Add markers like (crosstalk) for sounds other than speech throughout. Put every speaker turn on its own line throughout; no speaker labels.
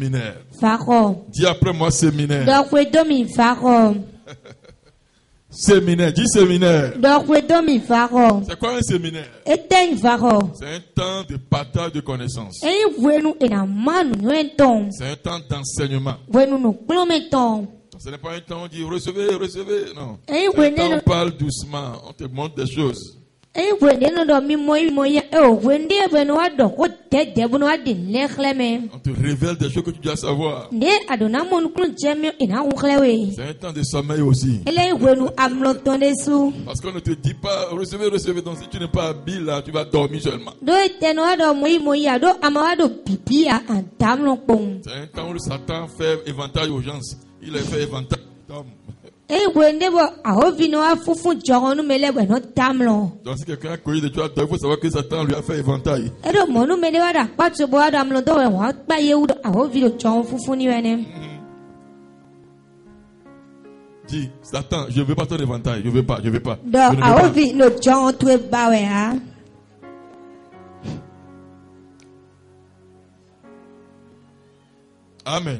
séminaire.
Pharaon.
Dis après moi séminaire.
Dorwedomi Pharaon.
Séminaire, dis séminaire.
Dorwedomi Pharaon.
C'est quoi un séminaire
Eteng Pharaon.
C'est un temps de partage de connaissances.
Eyi wenu ena manu nyenton.
C'est un temps d'enseignement.
Wenu no klometon.
Ce n'est pas un temps où on dit recevez, recevez. Non.
Eh,
C'est un
oui,
temps où
non.
on parle doucement, on te montre des choses.
Eyi wenu no do mi moyi moyi e o wende wenu ado ko tete bunu adi lekhleme.
On te révèle des choses que tu dois savoir.
Ne adona monu klun jemi ena ukhlewe.
C'est un temps de sommeil aussi.
Ele wenu amloton desu.
Parce qu'on ne te dit pas recevez, recevez. Donc si tu n'es pas habile là, tu vas dormir seulement.
Do etenu ado moyi moyi ado amawado bibia antamlo kpong.
C'est un temps où Satan fait éventail aux gens. Il les fait éventail. d'hommes.
Ewe ndebo ahovino afufu jɔrɔnu mele wɛnɔ tam lɔ.
(laughs) Donc si quelqu'un a connu de toi, il faut savoir que Satan lui a fait éventail.
Eɖo mɔnu mele wa ɖa kpatso bɔ aɖa mlɔ dɔ wɛ wɔ akpa yewu ɖe ahovino jɔn fufu ni wɛnɛ.
Dis, Satan, je ne veux pas ton éventail. Je ne veux pas, je ne veux pas. Je ne
Dɔ
veux pas.
ahovino jɔn toe ba wɛ ha.
Amen.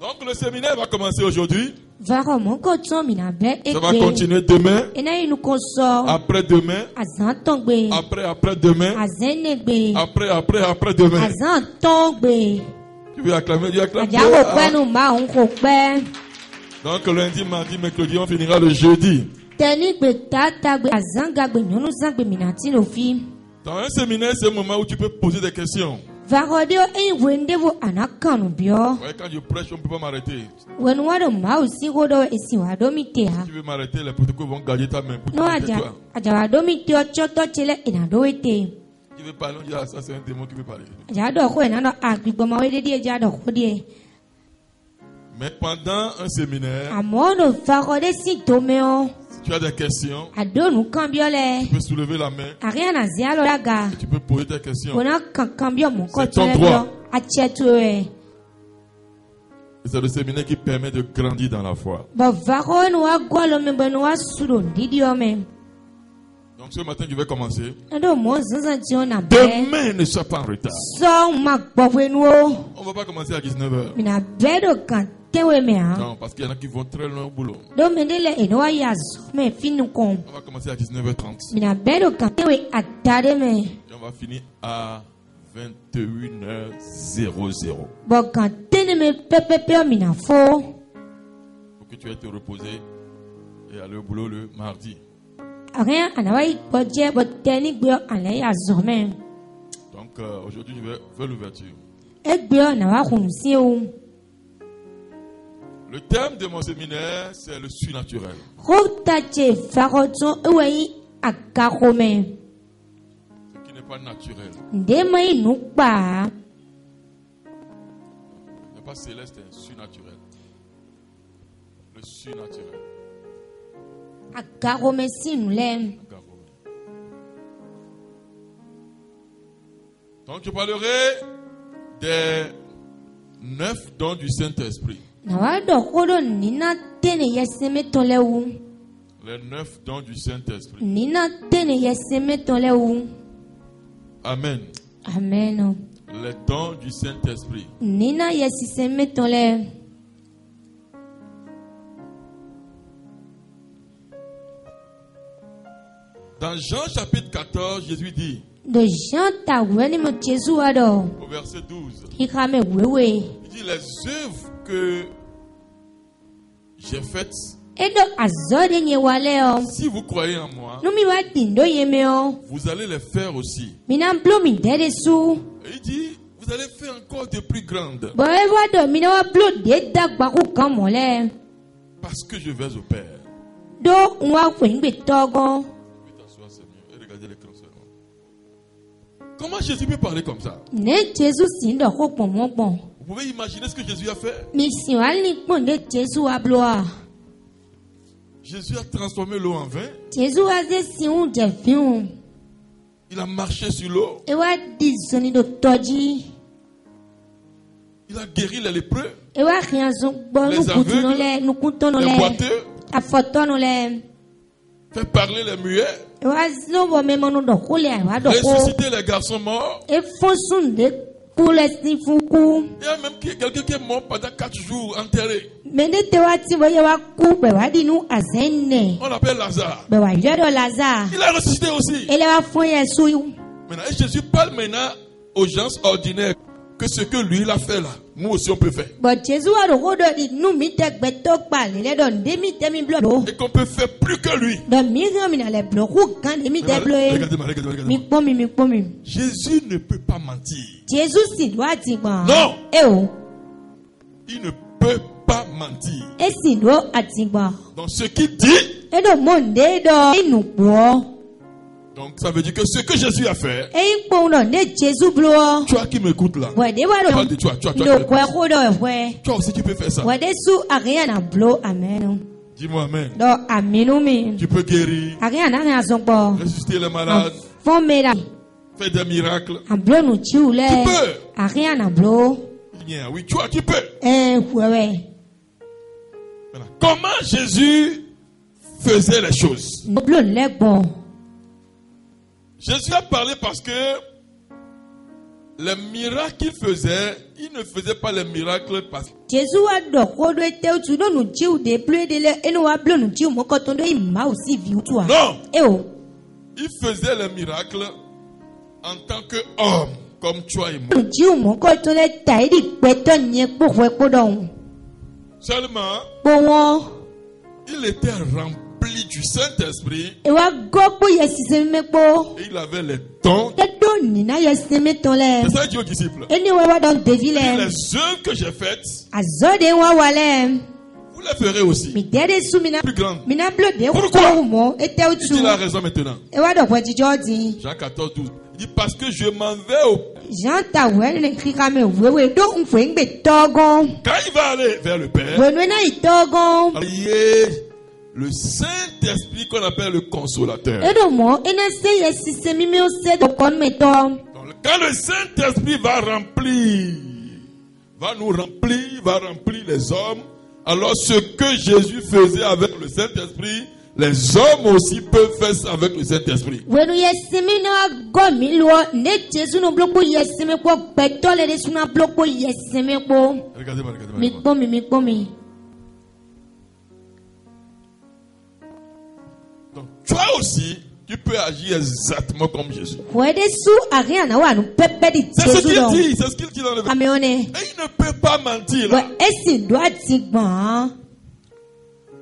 Donc le séminaire va commencer aujourd'hui.
Vara mɔkɔ tɔn mina bɛ
Ça va
eke.
continuer demain,
Ena yi nukɔ sɔ.
après-demain,
Azan tɔn gbe.
après, après-demain,
Azɛn ne gbe.
après, après, après-demain.
Azan tɔn gbe.
Tu veux acclamer, tu acclames.
Adiago kpɛnu ma ŋu ko kpɛ.
Ah. Donc lundi, mardi, mercredi, on finira le jeudi.
Tɛni gbe tata gbe. Azan ga gbe nyɔnu zan gbe mina ti no fi.
Dans un séminaire, c'est un moment où tu peux poser des questions.
Vara de eyi wɛ ndebo ana kanu biɔ.
Vous voyez, quand je prêche, on ne peut pas m'arrêter.
wenu wa ɖe mawu si ko ɖe esi wa ɖo mi tea
Si tu veux m'arrêter, les protocoles vont garder ta main. Pour
ne wa dza
toi.
adza wa ɖo mi tea tsɔ tɔ tsi le ina ɖo we te
Tu veux parler, on dit, ah, ça c'est un démon qui veut parler.
adza ɖɔ xɔ ina ɖɔ agbigbɔ ma wo ɖe ɖie dza ɖɔ xɔ ɖie
Mais pendant un séminaire,
amewo ɖo va xɔ ɖe si dome wo
si tu as des questions,
aɖo nukan biɔ le
tu peux soulever la main
ariana zi alɔ ɖe aga
et tu peux poser tes questions.
wona kankan biɔ mɔkɔ
C'est
tɔ
ton
le biɔ
droit.
atsɛ to yɛ
Et c'est le séminaire qui permet de grandir dans la foi.
bɔn va xɔ wo nu wa gɔ lɔ mi bɔ nu wa su ɖo nuɖiɖi wɔ me
Donc ce matin, je vais commencer.
eɖo mɔ zɔzɔ dzi wo na bɛ
Demain, ne sois pas en retard.
sɔŋ ma gbɔƒe nuwo
On ne va pas commencer à 19h.
mina bɛ ɖo kan te we mea.
Non, parce qu'il y en a qui vont très loin au boulot.
Dome ɖe le enɔa ya zɔme fi nu kɔn.
On va commencer à 19h30.
Mina bɛ ɖo kan tewe ata ɖe me.
Et on va finir à 21h00.
Bɔ kan te ne me pɛpɛpɛ mina fo.
Pour que tu aies te reposer et aller au boulot le mardi.
Ake anawa yi gbɔdze bɔ tɛ ni gbɛɔ alɛ ya zɔme.
Donc euh, aujourd'hui, je vais faire l'ouverture.
Egbɛɔ nawa hun si o.
Le thème de mon séminaire, c'est le surnaturel.
Ko ta tse fakɔ tún ewɔ yi agaxɔ me.
Ce qui n'est pas naturel.
Ndema yi nu kpa.
Il n'y a pas céleste, hein, surnaturel. Le surnaturel.
Agaxɔ me si nu lɛ.
Gabon. Donc je parlerai des neuf dons du Saint-Esprit.
Nawa dɔ ko ɖo nina te ne yɛsɛmɛ tɔ lɛ wu.
Les neuf dons du Saint-Esprit.
Nina te ne yɛsɛmɛ tɔ lɛ wu.
Amen.
Amen.
Les dons du Saint-Esprit.
Nina yesise metɔn lɛ.
Dans Jean chapitre 14, Jésus dit,
Do Jean ta wɛ ni mo Jesu wa dɔ.
au verset 12,
Ika mɛ wewe.
il dit, les œuvres que j'ai faites,
Edo azɔ de nye wa lɛ o.
si vous croyez en moi,
Numi wa di do ye mɛ o.
vous allez les faire aussi.
Mina blo mi dɛ de su.
Et il dit, vous allez faire encore des plus grandes,
Bɔn e wa dɔ mina wa blo de da gbaku kan mɔ lɛ.
parce que je vais au Père.
Do n wa kɔni gbe tɔgɔn.
Puis t'asseoir, c'est mieux. Et regardez l'écran seulement. Comment Jésus peut parler comme ça
Ne Jesu si dɔ ko kpɔmɔkpɔm.
Vous pouvez imaginer ce que Jésus a fait
Mi si wa ni kpɔn de Jesu wa blo wa.
Jésus a transformé l'eau en vin.
Jesu wa se si ŋu dze fi ŋu.
Il a marché sur l'eau.
E wa di zɔni do tɔ dzi.
Il a guéri les lépreux,
ewa xia zɔn gbɔ
Les
nukutunu
aveugles,
lɛ nukutɔnu
les
lɛ
boiteux,
afɔtɔnu lɛ
fait parler les muets,
ewa zɔn bɔ mɛmɔnu dɔko lɛ awa dɔko
ressusciter les garçons morts.
efɔsun de ku fukulesinfuku
Il y a même qui- quelqu'un qui est mort pendant 4 jours, enterré.
menete wa ti wo ye wa ku be wa ɖi nu aze ene
On l'appelle Lazare.
be wa yɔ ɖe lazare
Il a ressuscité aussi.
ele wa fɔ yesu
Maintenant, et Jésus parle maintenant aux gens ordinaires que ce que lui il a fait là, nous aussi on peut faire.
bɔn jesu wa ɖo ko ɖɔ ɖi nu mi tɛ gbɛtɔ kpa lele ɖɔ nde mi tɛ mi blɔ ɖo
Et qu'on peut faire plus que lui.
ɖɔ mi hã mi na le blɔ ku gã de mi tɛ blɔ ye
Regardez-moi, regardez-moi,
mi
regardez-moi.
kpɔ mi mi kpɔ mi
Jésus ne peut pas mentir.
jesu si do a ti gbɔn
Non.
e o
Il ne peut pas mentir.
e si do a ti gbɔn
Donc ce qu'il dit,
e ɖo mo nde ɖɔ e nu kpɔ
donc ça veut dire que ce que Jésus a fait,
e yi kpɔ ɖɔ ne jesu blɔ
toi qui m'écoutes là,
bɔn de wa
toi,
ɖo
tu as- tu as- tu as-
ɖo kɔɛ ko ɖɔ ɛfɔɛ.
toi aussi tu peux faire ça.
wade su aɣeya na blo amenu
Dis-moi amen.
dɔ aminu mi
Tu peux guérir,
aɣeya na ɣeya zɔn gbɔ
ressusciter les malades,
fɔn mi la
faire des miracles.
ablo nu tsiw lɛ
Tu peux.
aɣeya na blo E
Bien, oui, toi tu peux.
ɛɛ wɛwɛ
Maintenant, comment Jésus faisait les choses
blo lɛ gbɔ
Jésus a parlé parce que les miracles qu'il faisait, il ne faisait pas les miracles parce
jesu wa dɔ ko do ete wotu do nu tsiw de blo de lɛ enu wa blo nu tsiw mɔkɔ tɔn do yi mawu si vi wotu wa
Non.
e o
qu'il faisait les miracles en tant qu'homme, comme toi et moi.
nu tsiw mɔkɔ tɔn lɛ ta yi di gbɛtɔ nyɛ kpɔfɔɛ ko dɔn o
Seulement,
kpɔwɔ
il était rempli du Saint-Esprit
ewa gɔ kpɔ yɛ sise mɛ kpɔ
et il avait les dons.
edo nina yɛ sise mɛ tɔn lɛ.
C'est ça qu'il dit aux disciples.
eni wa wa dɔn devi
Il dit,
lɛ
Les œuvres que j'ai faites,
azɔ de wa wa lɛ
vous les ferez aussi.
mi dɛ de su mina
Plus grande.
mina blo de
Pourquoi?
kɔwu mɔ ete o
Il dit la
tu
raison maintenant.
e wa dɔ kɔdzi jɔ di
Jean 14, 12. Il dit parce que je m'en vais au
jean ta wɛ ne kika mɛ wewe do nfoe ŋgbe tɔgɔn
Quand il va aller vers le Père,
wenu na yi tɔgɔn
il y a le Saint-Esprit qu'on appelle le consolateur.
edo mɔ ena se yɛ sise mi mi o se do kɔn mɛ tɔ
Donc, quand le Saint-Esprit va remplir, va nous remplir, va remplir les hommes, alors ce que Jésus faisait avec le Saint-Esprit, les hommes aussi peuvent faire ça avec le Saint-Esprit.
wenu yɛ simi na gɔ mi lɔ ne jesu nu bloko yɛ simi kpɔ gbɛtɔ le de suna bloko yɛ simi kpɔ
Regardez-moi, regardez-moi.
mi
regardez-moi.
kpɔ mi mi kpɔ mi
Donc, toi aussi, tu peux agir exactement comme Jésus.
wɛ de su ariya na wa nu pɛpɛ di
C'est ce
jesu dɔn.
qu'il dit, c'est ce qu'il dit dans le
Amewo ne.
Et il ne peut pas mentir.
Bɔ
Là.
esi do ati gbɔn.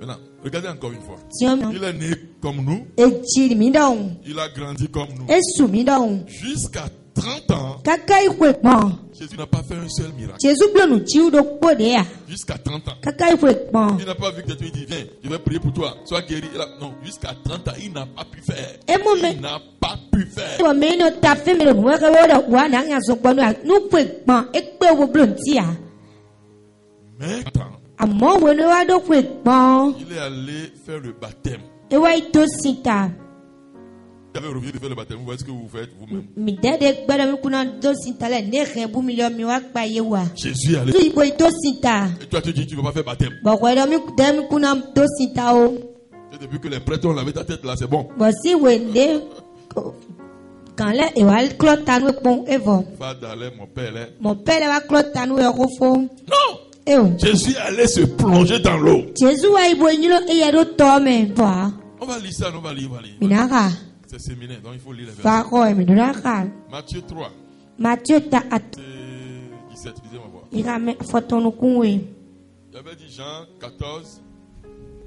Maintenant, regardez encore une fois.
Tiɲɛ mi.
Il est né comme nous.
Etsi mi dɔn.
Il a grandi comme nous.
Esu mi dɔn.
Jusqu'à 30 ans,
Kaka ikwe gbɔn.
Jésus n'a pas fait un seul miracle.
Jesu gblɔnu tsiw do kpo de ya.
Jusqu'à 30 ans.
Kaka ikwe
Il
gbɔn.
n'a pas vu que Dieu dit, viens, je vais prier pour toi. Sois guéri. Il a- Non, jusqu'à 30 ans, il n'a pas pu faire.
Et mon mec-
Il n'a pas pu faire.
Wɔ mi no ta fi mi do nu wɛrɛ wo ɖe wa na nya zɔ gbɔnu nu kwe gbɔn ekpe wo gblɔ ŋuti ya.
Mais attends,
Amɔ wo ne wa do kwe gbɔn.
il est allé faire le baptême.
Ewa yi to si ta.
Il avait refusé de faire le baptême. Vous voyez ce que vous faites vous-même.
Mi dɛ de gbɛ ɖe mi kuna do si ta lɛ ne xɛ bu mi lɛ mi wa kpa ye wa.
Jésus est allé.
Tu yi ko yi to si ta.
Et toi, tu dis, tu ne vas pas faire baptême.
Bɔkɔ ɖe mi dɛ mi kuna do si ta o.
Et depuis que les prêtres ont lavé ta tête là, c'est bon.
bɔsi wele ko- kan lɛ ewa klɔ tanu kpɔn evɔ
Fada, là, mon père, là.
mɔ pɛ lɛ wa klɔ tanu yɔ ko fo
Non!
ewu
Jésus allait se plonger dans l'eau.
jesu wa ibo nyilo eya ɖo tɔ mɛ bɔa
On va lire ça, on va lire, on va lire.
mina ka
C'est séminaire, donc il faut lire les versets.
fa kɔ emi dona ka
Matthieu 3,
matthew ta ato
c'est 17, lisez-moi voir.
yi ka mɛ fɔtɔnukun we
J'avais dit Jean 14,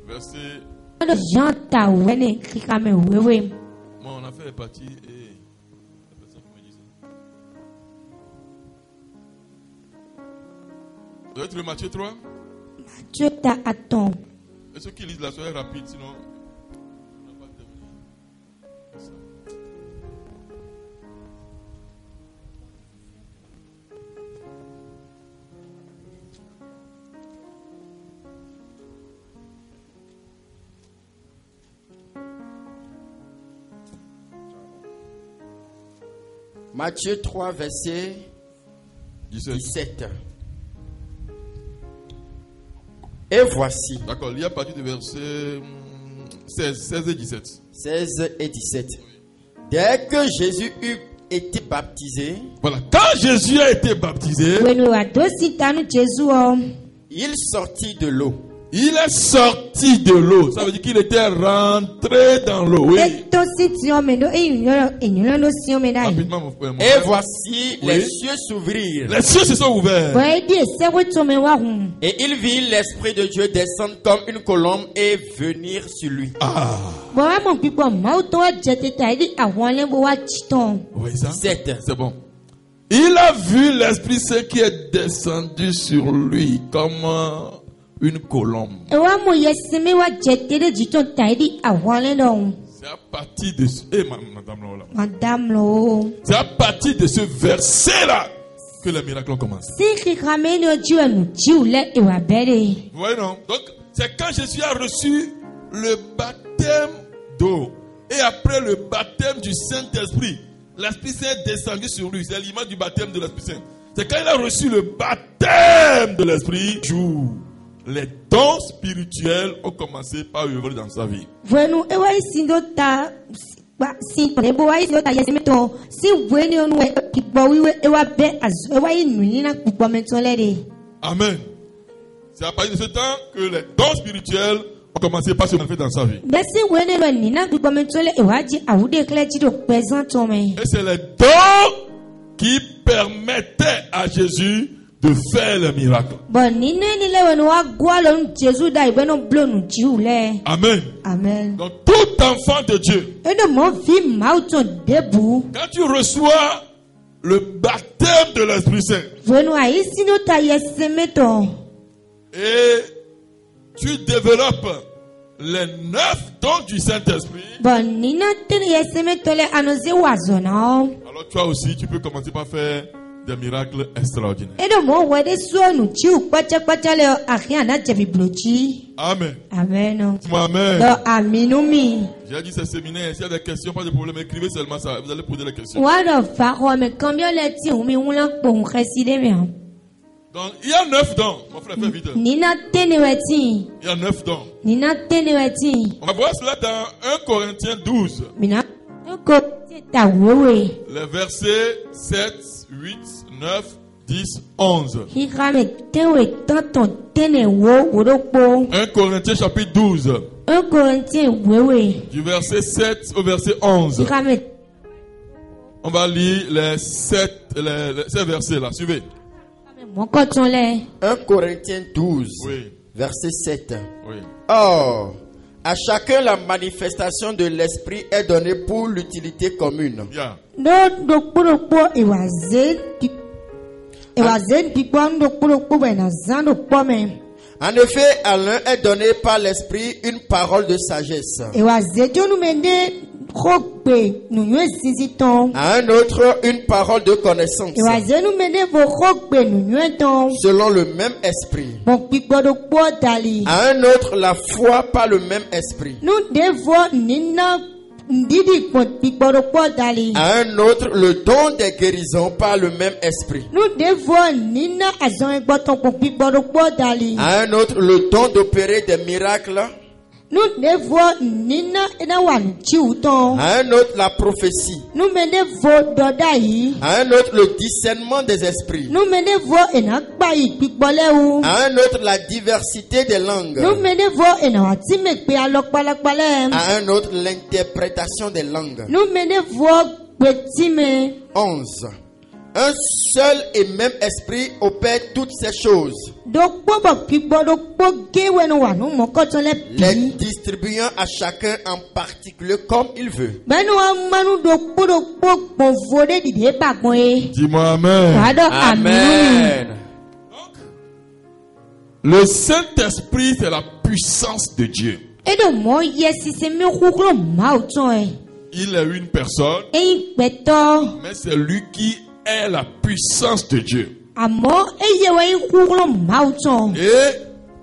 verset.
ɔlɔ jean ta wɛne yi ka mɛ wewe
Moi, on a fait les parties et. la personne qui me dit ça. Vous avez trouvé Matthieu 3
matthew ta ato
Et ceux qui lisent la soirée rapide, sinon. On n'a pas terminé. C'est ça.
Matthieu 3, verset
17.
17. Et voici,
D'accord, il y a partir du verset hum, 16, 16 et 17.
16 et 17. Dès que Jésus eut été baptisé,
Voilà. Quand Jésus a été baptisé,
wenu wa do si ta nu Jesu wɔ
il sortit de l'eau.
il est sorti de l'eau. Ça veut dire qu'il était rentré dans l'eau. Oui.
eto si tiɔ me do eyi nyɔlɔ enyɔlɔ lo si me da yi
Rapidement, mon frère. mon
Et
frère.
voici
Oui.
les cieux s'ouvrirent.
Les cieux se sont ouverts.
wɔ edi esewe tso me wa hun
Et il vit l'Esprit de Dieu descendre comme une colombe et venir sur lui.
Ah,
bɔn amɔ gbigbo maaw tɔ wa jate ta edi ahɔnlen bo wa tsi tɔn
vous voyez ça?
Sept.
C'est bon. Il a vu l'Esprit Saint qui est descendu sur lui comme euh, une colombe.
ewa mo yesi me wa jate de jitɔn ta edi ahɔnlen dɔn
C'est à partir de ce, eh, ma- madame Lola.
madame lo
C'est à partir de ce verset-là que les miracles ont commencé.
si xixame ni o jiwɛ nu jiw lɛ ewa bɛɛ de
Vous voyez, non? Donc, c'est quand Jésus a reçu le baptême d'eau et après le baptême du Saint-Esprit, l'Esprit Saint est descendu sur lui. C'est l'image du baptême de l'Esprit Saint. C'est quand il a reçu le baptême de l'Esprit, jour, les dons spirituels ont commencé par œuvrer dans sa vie.
vɔnu ewa yi si do e ta wa si tɔn ebo wa yi si do ta yesi me tɔn si vɔe ni o nu wɛ gbɔ wiwe e ewa bɛ azɔ ewa yi nu yina gbɔ me tɔn lɛ de.
Amen. C'est à partir de ce temps que les dons spirituels ont commencé par se manifester dans sa vie.
bẹ́sí wo ni lọ nínú agbègbọ́mẹtọ́lẹ̀ ìwádìí àwùdé kílẹ̀ jídò pẹ̀sán tọ́mẹ.
Et c'est les dons qui permettaient à Jésus de faire les miracles.
bọ̀ nínú ẹni lẹ́wọ̀n ni wọ́n á gbọ́ lọ́nu jésù dá ìgbẹ́ náà blóònù jíù lẹ̀.
Amen.
amen. E
Donc tout enfant de Dieu,
ẹnu mọ̀ fi màá tún débù.
quand tu reçois le baptême de l'Esprit Saint
wọnú àyè sínú ta yẹ sẹ́mẹ́tọ̀.
et tu développes les neuf dons du Saint-Esprit,
bọ̀ nínú tẹ́lẹ̀ yẹ sẹ́mẹ́tọ̀lẹ̀ ànọ́sẹ́ wà zọ̀nà.
alors toi aussi tu peux commencer par faire des miracles extraordinaires.
ẹnu mọ̀ wẹ́dẹ́ sọ́ọ̀nù jíù pátápátá lẹ̀ àkíyàn náà jẹ̀bi blòjì.
Amen.
amen. lọ
Moi-même,
àmínú mi.
j'ai dit ces séminaires, s'il y a des questions, pas de problème, écrivez seulement ça, vous allez poser les questions.
wọ́n lọ fà kọ́ mi kàn bí ó lẹ tí òun mi ń lọ kpòun xẹ́sí dé mi hàn.
Donc il y a neuf dons, mon frère, fais vite.
nínà tẹ́ni wẹ̀ tì
Il y a neuf dons.
nínà tẹ́ni wẹ̀ tì
On va voir cela dans 1 Corinthiens 12,
mìíràn tó kọ́ tí ta wéwè
les versets 7, 8, 9, 10, 11.
kíkà mi tẹ́wẹ̀ tọ́tọ̀ tẹ́ni wo wòló kpó
1 Corinthiens chapitre 12,
ó kọ́ tí wéwè
du verset 7 au verset 11.
kíkà mi
On va lire les 7, les- les- ces versets-là. Suivez.
mọ́kọ́ tán lẹ̀
1 Corinthiens 12,
Oui.
verset 7.
Oui.
Or, à chacun la manifestation de l'Esprit est donnée pour l'utilité commune.
Bien.
ló do kpódokpó ìwà zé ti ìwà zé ti gbọ́ ń do kpódokpó bẹ̀ nà zán do kpọ́ mẹ́
En effet, à l'un est donné par l'Esprit une parole de sagesse.
ìwà zé tó nu mi dé kó gbè nùyọ́ sisi tán.
À un autre, une parole de connaissance.
ìwà zenu mene bo xɔgbe nunyɔe tɔn
Selon le même esprit.
mo kpigbɔdokpɔ dali
À un autre, la foi par le même esprit.
nu devɔ nina ndidi kpɔ kpigbɔdokpɔ dali
À un autre, le don des guérisons par le même esprit.
nu devɔ nina azɔnyegbɔtɔ kpɔ kpigbɔdokpɔ dali
À un autre, le don d'opérer des miracles.
nu devɔ nina enawa nutsiwu tɔn
À un autre, la prophétie.
nu mene vɔ dɔda yi
À un autre, le discernement des esprits.
nu mene vɔ enakpa yi kpigbɔlɛwu
À un autre, la diversité des langues.
nu mene vɔ enawa ti megbe alɔ kpalakpalɛ
À un autre, l'interprétation des langues.
nu mene vɔ gbetime.
11. Un seul et même esprit opère toutes ces choses,
ɖokpɔbɔ kpigbɔɖokpɔ gewɔe no wà nù mɔkɔtɔ lɛ
les
bi
distribuant à chacun en particulier comme il veut.
mɛnu amanu ɖokpɔɖokpɔ gbɔnvo ɖe ɖiɖi eba gbɔ ye
Dis-moi Amen.
wàdɔ aminu
Donc, le Saint-Esprit, c'est la puissance de Dieu.
eɖo mɔ yɛ sise mi kukuro mawu tɔ yɛ
Il est une personne,
eyi gbɛtɔ
mais c'est lui qui est la puissance de Dieu.
amɔ eye wɔ eyi kukuro mawu tɔ
Et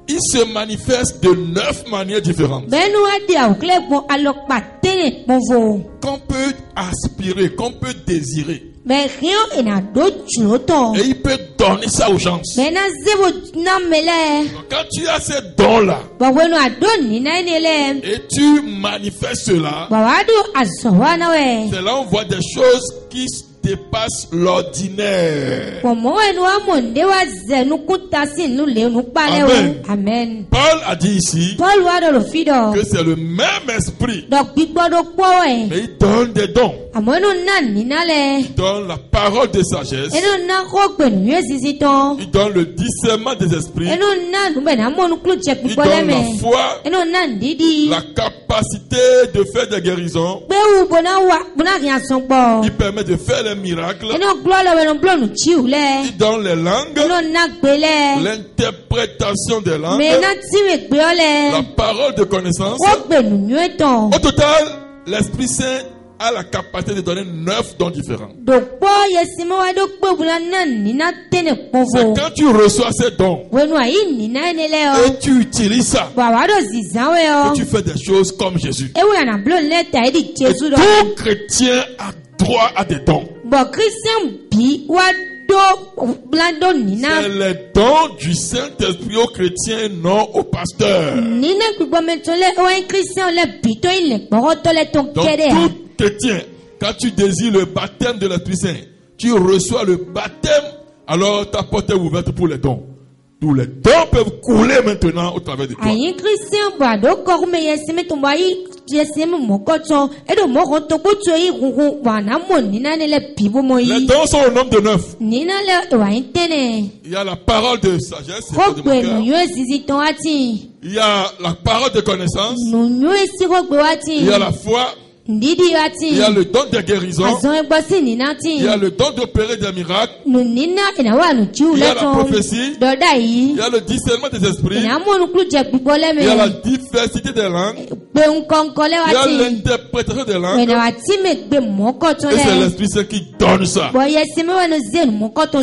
il se manifeste de neuf manières différentes
mɛnu adi awu kple gbɔn alɔkpa tɛnɛ gbɔnvo
qu'on peut aspirer, qu'on peut désirer.
mɛ hiɛn ena ɖo dzro
Et
tɔ
il peut donner ça aux gens.
mɛna zebo name lɛ
Donc, Quand tu as ces dons-là
bɔbɔnu aɖo nina yi ne lɛ
et tu manifestes cela,
bɔbɔ aɖo azɔwa na wɛ.
c'est là on voit des choses qui s- dépasse l'ordinaire.
Kòmó ẹnu amòǹde wa zẹ̀nu kúta sí ìlú lẹ́nu palẹ̀ o.
Amen.
Amen.
Paul a dit ici
Paul wa dọ̀rọ̀ fi dọ̀.
que c'est le même esprit,
Dọ̀ gbígbọ́dọ̀ pọ̀ ẹ̀.
mais il donne des dons.
Àmọ́ inú náà nínà lẹ̀.
Il donne la parole de sagesse,
Inú náà kó gbẹ̀nu yóò zizi tán.
il donne le discernement des esprits,
Inú náà nùgbẹ̀ náà mọ̀nù kúlù jẹ
il
gbígbọ́
donne
lẹ́mẹ̀.
la foi,
Inú náà dídí.
la capacité de faire des guérisons,
Gbé wù bọ̀nà wà bọ̀nà kìí àsán pọ̀.
il permet de faire les miracles,
Inú gbọ́ lọ́wọ́ ẹnu bọ́ọ̀nù chíw lẹ̀.
il donne les langues,
Inú náà gbé lẹ̀.
l'interprétation des langues,
Mẹ náà tí mi gbé ọ lẹ̀.
la parole de connaissance.
Wọ́n gbẹ̀nu yóò tán.
Au total, l'Esprit Saint a la capacité de donner neuf dons différents.
Dokpo yesime wa ɖo kpebula na nina tene
C'est
kpovo.
quand tu reçois ces dons
Wenua yi nina ene le yɔ.
et tu utilises ça
Wa wa ɖo zizan we
que tu
yɔ.
fais des choses comme Jésus.
Ewu yana blo le ta yi e di
Et
Jesu dɔ.
tout chrétien a droit à des dons.
Bɔn kristian bi wa ɖo bla ɖo
C'est
nina.
les dons du Saint-Esprit aux chrétiens, non aux pasteurs.
Nina gbigbɔmetɔ le ewa ye kristian le bitɔ yi le gbɔgɔtɔ le tɔn
Donc
kɛ de ya.
tout chrétien, quand tu désires le baptême de l'Esprit Saint, tu reçois le baptême, alors ta porte est ouverte pour les dons. Tous les dons peuvent couler maintenant au travers de toi.
Ayi kristian bɔ a ɖo kɔkume yesime tɔn bɔ ayi yesime mɔkɔtɔ eɖo mɔkɔ tɔgbɔtɔ yi kunkun wa na mɔ nina ne le bi bomɔ
Les
yi.
dons sont au nombre de neuf.
Nina le ewa ye tene.
Il y a la parole de sagesse, et
Xɔ
de
gbe
mon cœur.
nunyo zizi tɔn ati.
il y a la parole de connaissance,
Nunyo esi xɔ gbe
il y a la
wati.
foi,
Ndidi
il y a
ati.
le don des guérisons,
Azɔn egbɔ si nina
il
ti.
y a le don d'opérer des miracles,
Nunina enawo anutsiwu
Il y a
lɛ
la prophétie.
tɔn. Dɔda
il
yi.
y a le discernement des esprits,
Enamɔ nuklu dze gbigbɔ lɛ
il y a la
mɛ.
diversité des langues,
Gbe ŋkɔŋkɔ lɛ
il y a
wati.
l'interprétation des langues,
Enawa ti mɛ gbe mɔkɔtɔ
et c'est
lɛ.
l'Esprit Saint qui donne ça.
Bɔn yɛsi mɛ wɛnu zenu mɔkɔtɔ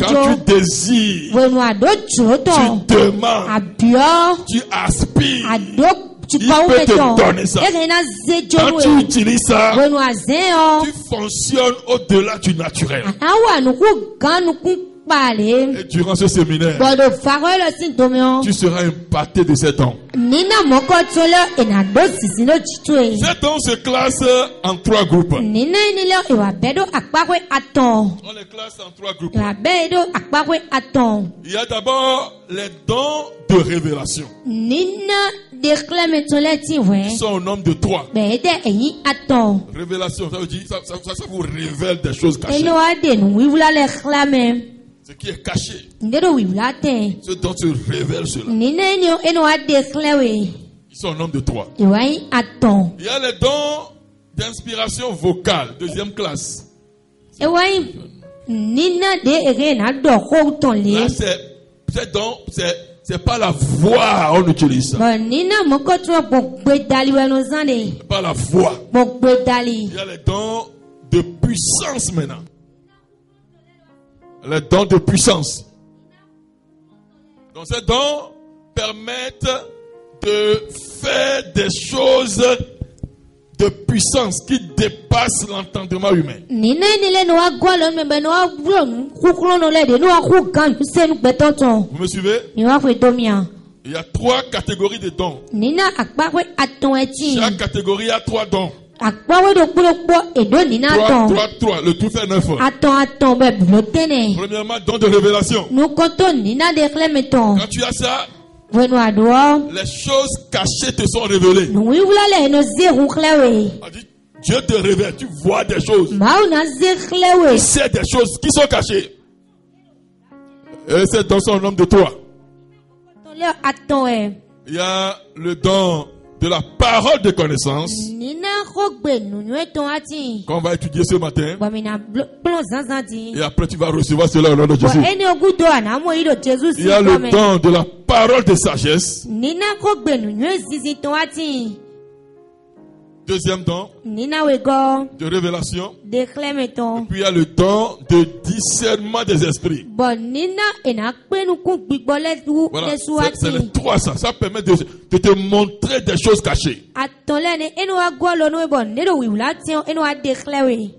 Quand
tso.
tu désires,
Wɛnu aɖo tsoro tɔn.
tu demandes,
Abiɔ.
tu aspires,
Aɖo
Il peut
tsikɔwu mɛ
te
tɔn.
donner ça.
Yɛ kɛnɛ na ze tso
quand
nu
tu
yɛ.
utilises ça,
Wɛnu azɛ yɔ.
tu fonctionnes au-delà du naturel.
Àwọn ànukú gan nukú kpàlẹ́.
Et durant ce séminaire,
Gbọ̀dọ̀ fagọ́ lọ sí ìdomi wọn.
tu seras impacté de ces dons.
Nínà mọ́kọ́ tó lọ ìnàdó sísìn ló jìtú ẹ̀.
Cet homme se classe en trois groupes.
Nínà ìnílẹ̀ ìwà bẹ́ẹ̀ dó àpákọ́ àtàn.
On les classe en trois groupes.
Ìwà bẹ́ẹ̀ dó àpákọ́ àtàn.
Il y a d'abord les dons de révélation.
Nínà dèkílẹ̀mẹ̀ tó lẹ́ ti wẹ̀.
Ils sont au nombre de trois.
Bẹ́ẹ̀ dẹ́ ẹ̀yìn àtàn.
Révélation, ça veut dire, ça, ça- ça- ça vous révèle des choses cachées.
Ẹnu wa dènù wíwúlá lẹ̀ kílámẹ̀.
Ce qui est caché,
Ndéèdó wíwúlá tẹ̀.
ce dont se révèle cela.
Nínà ìní ẹnu wa dèkílẹ̀wẹ̀.
Ils sont au nombre de trois.
Ìwà yín àtàn.
Il y a les dons d'inspiration vocale, deuxième classe.
Ewayi nina de ege na dɔ ko tɔn le.
Là, c'est, c'est don, c'est, c'est pas la voix, on utilise ça.
Bɔn nina mɔkɔ tɔn bɔ gbe dali wɛ no zan de.
C'est pas la voix.
Bɔ gbe
Il
dali.
y a les dons de puissance maintenant. Les dons de puissance. Donc ces dons permettent de faire des choses de puissance qui dépassent l'entendement humain.
Nina ni le noa gɔ lɔ mɛ bɛ noa wulɔ nu kukuru nu lɛ de noa ku gan nu se nu gbɛtɔ tɔn.
Vous me suivez
Mi wa fɔ eto mia.
Il y a trois catégories de dons.
Nina akpawe atɔn
Chaque
ɛti.
catégorie a trois dons.
Akpawe do kpolo kpɔ edo nina
Trois,
tɔn.
trois, trois. Le tout fait neuf.
Atɔn atɔn bɛ bulo tɛnɛ.
Premièrement, don de révélation.
Nukɔtɔ nina de xlɛ mɛ tɔn.
Quand tu as ça,
Wɛnu adoɔ.
les choses cachées te sont révélées.
Nuwi wula lɛ eno zeru xlɛ wɛ.
On dit, Dieu te révèle, tu vois des choses,
maaw na se xlẽ we
tu sais des choses qui sont cachées. Et c'est dans son homme de toi.
tɔlɛ a tɔn ɛ
Il y a le don de la parole de connaissance
nina xɔ gbe nunyɔɛ tɔn a ti
qu'on va étudier ce matin.
gbɔmina kplɔ zanzan ti
Et après, tu vas recevoir cela au nom de
wa
Jésus.
eni ogu do ana mo yi do jesu si
Il y a le
kɔmɛ
don de la parole de sagesse.
nina xɔ gbe nunyɔɛ zizi tɔn a ti
Deuxième don
nina we gɔ
de révélation.
de xlẽ me tɔn
Puis il y a le don de discernement des esprits.
bɔn nina e ena kpenukun gbigbɔ lɛ wu
Voilà,
lɛ su a
c'est c'est les
ti
trois ça. Ça permet de, de te montrer des choses cachées.
a tɔn lɛ ni eni wa e gɔ lɔ nu bɔn ne do wiwula tiɲɛ eni wa de xlẽ we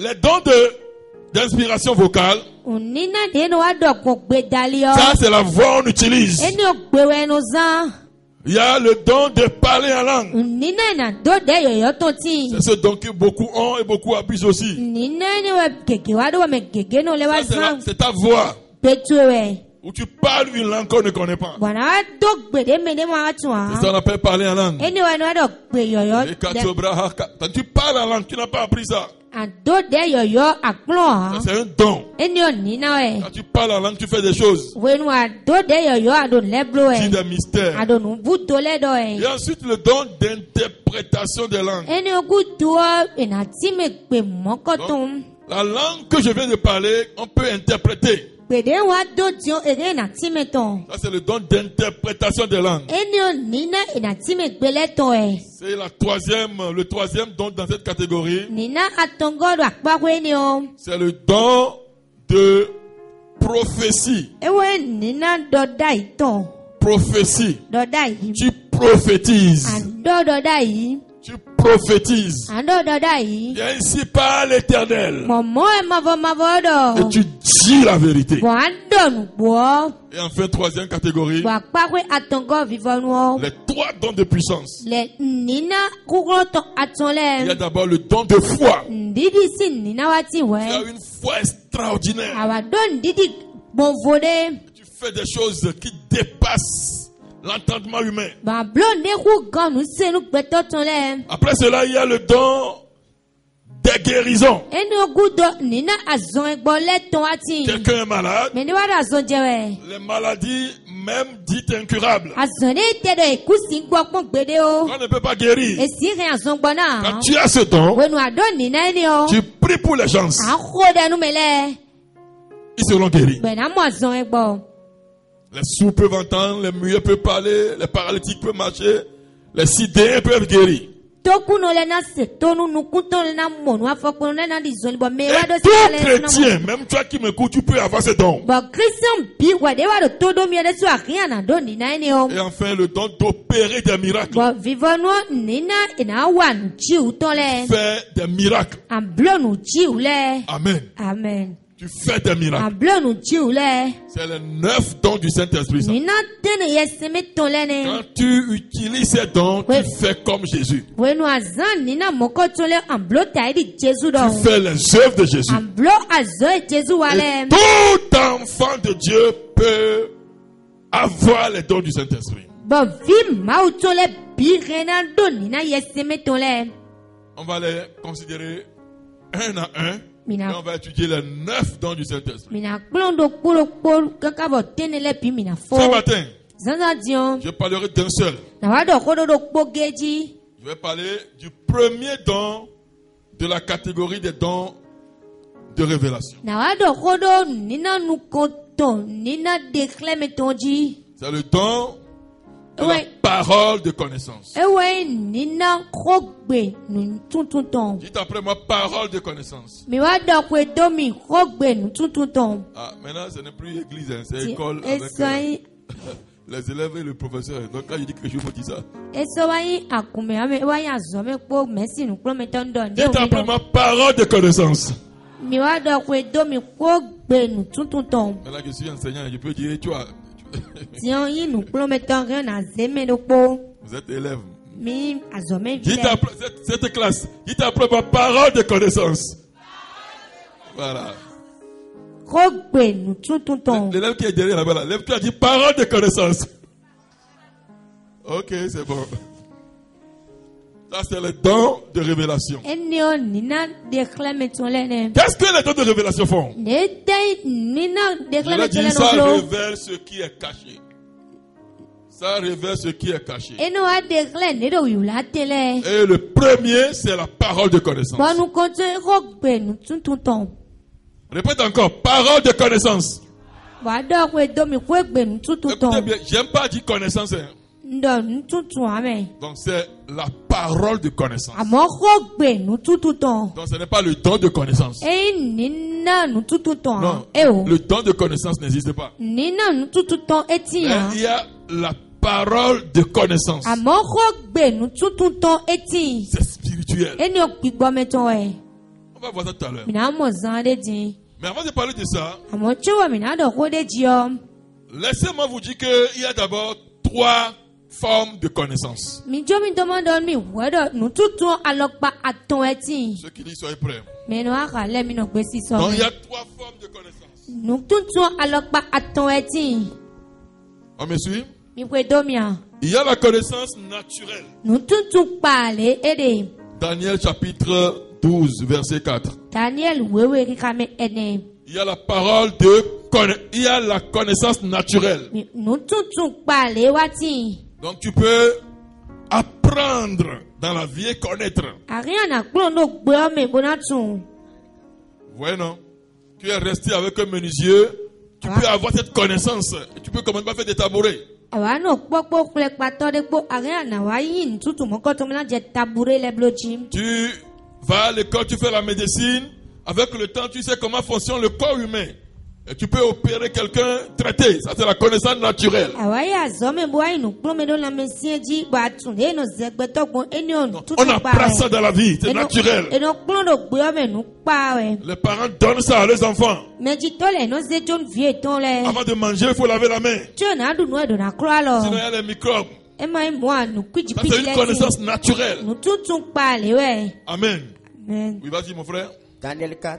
Les dons de d'inspiration vocale,
nina de eni wa dɔ kun gbe dali yɔ.
ça c'est la voix on utilise.
ẹni ògbéwò ẹnu zan
Il y a le don de parler en langue.
Ninene dode yoyo tonti.
C'est ce don que beaucoup ont et beaucoup abusent aussi.
Ninene wa gege wa do wa me gege no le wa
Ça, C'est la-
zan.
c'est ta voix
Betu we.
où tu parles une langue qu'on ne connaît pas.
Bwana wa do gbede me ne ma wa tun
C'est ça
wa.
qu'on appelle parler en langue.
Eni wa no wa do gbe yoyo.
Et quand tu bras- quand tu parles en langue, tu n'as pas appris ça.
Adode yoyo akplon
Ça,
wa.
C'est un don.
Eni o nina we.
Quand tu parles en langue, tu fais des choses.
Wenu adode yoyo adon leblo
Tu dis
we.
des mystères.
Adon vudo le do
Et
we.
ensuite, le don d'interprétation des langues.
Eni o gudu wa ina ti me gbe mokotun.
La langue que je viens de parler, on peut interpréter.
Gbede wa do ti o ere ina ti me ton.
Ça, c'est le don d'interprétation des langues.
Eni o nina ina ti me gbe e. le ton we.
C'est la troisième, le troisième don dans cette catégorie.
nina atɔngɔdo akpakɔe ni o
C'est le don de prophétie.
ewe nina dɔda yi tɔn
Prophétie.
dɔda yi
Tu prophétises.
andɔ dɔda yi
Tu prophétises.
andɔ dɔda yi
Et ainsi par l'éternel.
mɔmɔ emavɔmavɔ
Et
dɔ
tu dis la vérité.
bɔn andɔ nugbɔ
Et enfin, troisième catégorie,
bɔn akpakɔe atɔngɔ vivɔnuɔ
les trois dons de puissance.
le nina kukulɔtɔ
Il y a
atɔlɛ
d'abord le don de foi.
ndidi si nina
Tu
wati
as
wɛ
une foi extraordinaire.
awa dɔ ndidi gbɔnvo de
Tu fais des choses qui dépassent l'entendement humain.
bɔn abulɔ neku ganu senu gbɛtɔtɔn lɛ
Après cela, il y a le don des guérisons.
enugu dɔ nina azɔn gbɔ lɛ tɔn wati.
Quelqu'un est malade.
mɛ ne b'a dɔn a zɔn jɛ wɛ
Les maladies, même dites incurables,
a zɔn ne tɛ dɔ eku si gbɔ kpɔn gbede o E
on ne peut pas guérir.
esi rɛ a zɔn
Quand
gbɔna
tu as ce don,
wenu a dɔ nina yɛ ni o
tu pries pour les gens.
a xɔ dɛ nume lɛ
Ils seront guéris.
gbɛna mɔ zɔn yɛ gbɔ
Les sourds peuvent entendre, les muets peuvent parler, les paralytiques peuvent marcher, les sidérés peuvent guérir.
tokunu lɛ na se tonu nukuntɔn lɛ na mɔnu afɔkunu lɛ na di zɔn bɔ mɛ wa
Et
dɔ
tout
sika lɛ sinɔ
chrétien, même toi qui m'écoutes, tu peux avoir ce don.
bɔn kristian bi wa de wa dɔ to do miɛ de so a rɛ a na dɔ nina yɛ ni o
Et enfin, le don d'opérer des miracles.
bɔn vivɔnua nina ina wa nu jiw tɔn lɛ
Fais des miracles.
a bulɔ nu jiw lɛ
Amen.
amen
Tu fais des
a
miracles.
bulɔ nu jiw lɛ.
C'est les neuf dons du Saint-Esprit. ça.
nina tene ye seme tɔn lɛ
Quand
ne
tu utilises ces dons, tu
Oui.
fais comme Jésus.
wenu azan nina mɔkɔ tɔn lɛ an bulo ta ye di
Tu
jesu dɔn
fais les œuvres de Jésus.
an bulo azɔ ye jesu wa
Et
lɛ
tout enfant de Dieu peut avoir les dons du Saint-Esprit.
bɔn vi maaw tɔn lɛ bi rɛna do nina ye seme tɔn lɛ
On va les considérer un à un.
Mina.
Et on va étudier les neuf dons du Saint-Esprit.
mina kplɔn do kporokporo kaka bɔ tene lɛ bi mina
Ce
fo
matin,
zanzan diɔn
je parlerai d'un seul.
na wa dɔ ko do do kpo geji
Je vais parler du premier don de la catégorie des dons de révélation.
na wa dɔ ko do nina nu ko tɔn nina dekilɛ me tɔn ji
C'est le don de la
Ouais.
parole de connaissance.
ewe nina ko gbe nu tuntun tɔn.
Dites après moi parole de connaissance.
mi wá dọ̀pọ̀ ètò mi kó gbẹ̀nu tuntun E tán.
Ah, maintenant, ce n'est plus église, hein, c'est
Ti-
école avec
èso
euh,
yín
les élèves et le professeur. Donc quand je dis quelque chose, je dis ça.
èso wá yín àkùnmí àmì wá yín àzọ́mí pọ̀ mẹ́sìn kúrọ́mí tó ń dọ̀ ní
Dites
òní
après
lọ.
moi parole de connaissance.
mi wá dọ̀pọ̀ ètò mi kó gbẹ̀nu tuntun tán.
Maintenant que je suis enseignant, je peux dire, tu as, (laughs)
tí wọ́n yín nù kúrọ́mí tó ń rìn àzẹ́mí ló pọ̀
vous êtes élève.
mi àzọ́mí
Dites
vilẹ̀.
après, cette, cette classe, dites après moi parole de connaissance. Voilà.
kó gbẹ̀nu tuntun tán.
L'élève qui est derrière là-bas, là, lève-toi, dis parole de connaissance. Ok, c'est bon. Ça, c'est le don de révélation.
ẹni ò nínà dẹ́kẹ́lẹ́ mi tún lẹ́nu.
Qu'est-ce que les dons de révélation font
ne tẹ́ nínà
Je
dẹ́kẹ́lẹ́ mi
l'ai
tún
dit,
lẹ́nu
ça
lọ.
révèle ce qui est caché. Ça révèle ce qui est caché.
ẹni wá dẹ́kẹ́lẹ́ nílò ìwúlá tẹ́lẹ̀.
Et le premier, c'est la parole de connaissance.
bọ́nu kan tó kó gbẹ̀nu tuntun tán.
Répète encore, parole de connaissance.
wà á dọ̀ pé domi kó ìgbènu tuntun
Écoutez
tán
bien, j'aime pas dire connaissance. hein.
ndọ̀ ní tuntun amẹ́
Donc c'est la parole de connaissance.
àmọ́ kó gbènu tuntun tán
Donc ce n'est pas le don de connaissance.
èyí nínà nu tuntun tán
Non,
ẹ o
le don de connaissance n'existe pas.
nínà nu tuntun tán etí yàn
Mais il y a la parole de connaissance.
àmọ́ kó gbènu tuntun tán etí
C'est spirituel.
ẹni ògbìgbọ́ mẹ́tọ́ ẹ̀
On va voir ça tout à l'heure.
mìíràn mọ̀ zan adé dín
Mais avant de parler de ça,
àmọ́ tí wọ́n mìíràn dọ̀ kó dé jí ọ
laissez-moi vous dire qu'il y a d'abord trois forme de connaissance.
mijo mi domodon mi wɛdɔ nututun alɔkpa atɔwɛti
Ceux qui disent soyez prêts.
mɛnu aha lɛ minɔ gbesi
Donc il y
sɔmi
a trois formes de connaissance.
nututun alɔkpa atɔwɛti
On me suit
miwɛdomia
Il y a la connaissance naturelle.
nututun kpaale ede
Daniel chapitre 12, verset 4.
daniel wewe kikame ene
Il y a la parole de conna- il y a la connaissance naturelle.
Mi- nututun kpaale wati
Donc tu peux apprendre dans la vie et connaître.
ariana kplɔ no gbɛɔ mi bona tun
Vous voyez non Tu es resté avec un menuisier, tu
Ah.
peux avoir cette connaissance et tu peux quand même pas faire des tabourets.
àwa náà kpɔkpɔ kple kpatɔ ɖe kpɔ ariana wa yi nututu mɔkɔtɔ mi na jɛ tabure le blotsi.
Tu vas à l'école, tu fais la médecine. Avec le temps, tu sais comment fonctionne le corps humain. Et tu peux opérer quelqu'un, traiter. Ça, c'est la connaissance naturelle.
àwa yà zɔmi bo ayi nu kplɔ mi ɖo lãmɛ si dzi bɔ atun ɖe eno zɛgbɛtɔ gbɔ eni o nututu
On apprend ça dans la vie, c'est naturel.
eno kplɔ ɖo gbɛɔ mi nu kpa wɛ.
Les parents donnent ça à leurs enfants.
mɛdzitɔ le eno se tso nu vie tɔn lɛ.
Avant de manger, il faut laver la main.
tso na ɖu nua ɖona kura
Sinon, il y
lɔ.
a les microbes.
ema yi mɔa nu kpidzi
Ça, c'est une
kpidzi lɛ
connaissance
si.
naturelle.
nututu kpa le wɛ.
Amen.
Amen.
Oui, vas-y, mon frère.
Daniel 4.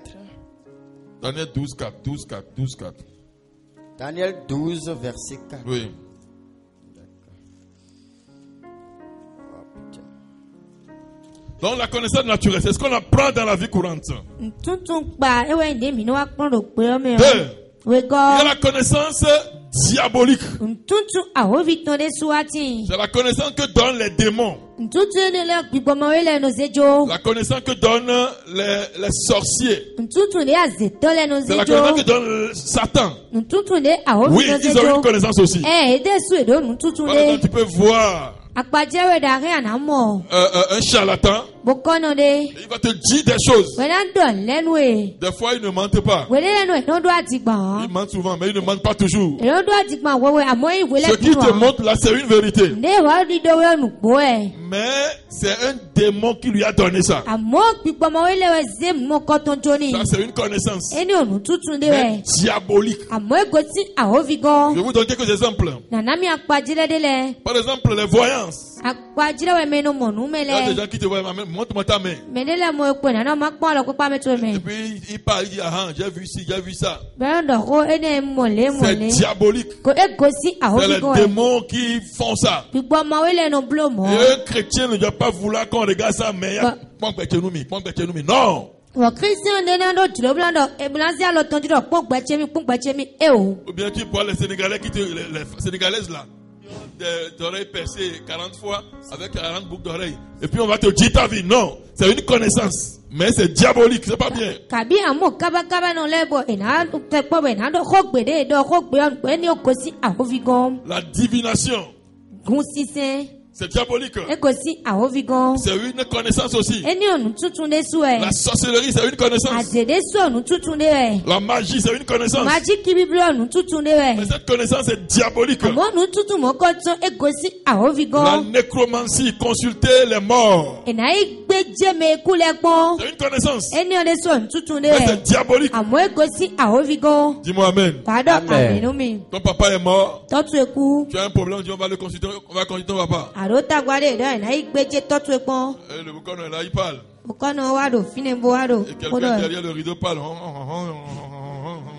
Daniel 12, 4, 12, 4, 12, 4.
Daniel 12, verset 4.
Oui. Donc, la connaissance naturelle, c'est ce qu'on apprend dans la vie courante. Il
nututu kpa ewɛ ne mi ne wa kplɔ ɖo gbɛɔ mi
Deux.
o. wegɔ.
y a la connaissance diabolique.
ntutu ahóvitɔ ɖe suwati
C'est la connaissance que donnent les démons.
ntutu ne le gbigbɔmɔwe le nozedzo
La connaissance que donnent les, les sorciers.
ntutu ɖe azetɔ le
C'est la connaissance que
nozedzo
donne Satan.
ntutu ɖe
Oui,
ahóvitɔ
ils ont une
zedzo
connaissance aussi.
ɛ Eh, ede su eɖo nututu
Par exemple,
ɖe
tu peux voir
akpadzewe ɖe ahe anamɔ
euh, euh, un charlatan,
bokɔnɔ ɖe
et il va te dire des choses.
wena dɔ lɛnue
Des fois, il ne mente pas.
wele lɛnue e, no do
Il
adigba
ment souvent, mais il ne mente pas toujours.
eno do adigba wɔwɔ amɔ yi wele
Ce qui te
dunu
montre là, c'est une vérité.
ne wɔ ɖi ɖe wɔ nugboɛ
Mais c'est un démon qui lui a donné ça.
Ah amɔ gbigbɔmɔwe le wɔ ze mɔ kɔtɔn tsoni
Ça, c'est une connaissance.
eni o nututu ɖe
Mais
wɛ
diabolique.
amɔ egoti ahóvi gɔn.
Je vais vous donne quelques exemples.
nana mi akpadzile ɖe le
Par exemple, les voyances.
akpadzile wɔ mɛnu mɔnu mɛ
Il y a des
lɛ
gens qui te voient, maman, montre-moi ta main.
mɛ ne le mɔ ekpe nana ma kpɔn le kpekpe ametso
Et
mɛ
puis il parle, il dit, ah, hein, j'ai vu ci, j'ai vu ça.
bɛn dɔ ko ene mɔle
C'est
mɔle
diabolique.
ko egosi
C'est les
ahovigo yɛ
démons qui font ça.
gbigbɔ mɔwe le nu blo
Et
mɔ
un chrétien ne doit pas vouloir qu'on regarde ça, mais il y a- ben,
Bah.
Moi, chrétien, nous, mais- moi, chrétien, nous, mais non.
wɔ kristian dena ɖo dzilo blan dɔ ebilansi alɔ tɔnju dɔ kpɔn gbɛtsɛ mi kpɔn gbɛtsɛ mi e o
Ou bien tu vois les Sénégalais qui te, les, les Sénégalaises là, qui ont des des oreilles percées 40 fois avec 40 boucles d'oreilles. Et puis on va te dire ta vie. Non, c'est une connaissance, mais c'est diabolique, c'est pas bien.
kabi amu kabakaba nɔ lɛ bɔ ena tɛ kpɔ bɛ ena dɔ xɔ gbede dɔ xɔ gbeyɔ eni o gosi ahovigo
La divination,
gun sisɛn
c'est diabolique.
egosi ahovigo
C'est une connaissance aussi.
eni o nututun de su yɛ.
La sorcellerie, c'est une connaissance.
àzèdè sọ̀nù tuntun dé rẹ̀
La magie, c'est une connaissance.
májíkì bíbélọ̀nù tuntun dé rẹ̀
Mais cette connaissance est diabolique.
àmọ́nù tuntun mọ́kọ́ tán egosi àhófigán
La nécromancie, consulter les morts,
ìnáyí gbé jẹ́mi ikú lẹ́gbọ́n
c'est une connaissance.
ẹni ọ̀dẹ sọ̀nù tuntun dé
Mais
rẹ̀
c'est diabolique.
àmọ́ egosi àhófigán
Dis-moi Amen.
fàdọ̀
Amen.
àmínú mi
Ton papa est mort,
tọ́tù eku
tu as un problème, on dit, on va le consulter, on va consulter ton papa.
àrótàgbádé ìdá ìnáyí gbé jẹ́ tọ́tù ẹ̀pọ́n
Et le boucan, là, il parle.
òkànnà wàdò fínẹ̀bù wàdò
Et
kódọ̀
quelqu'un derrière le rideau parle.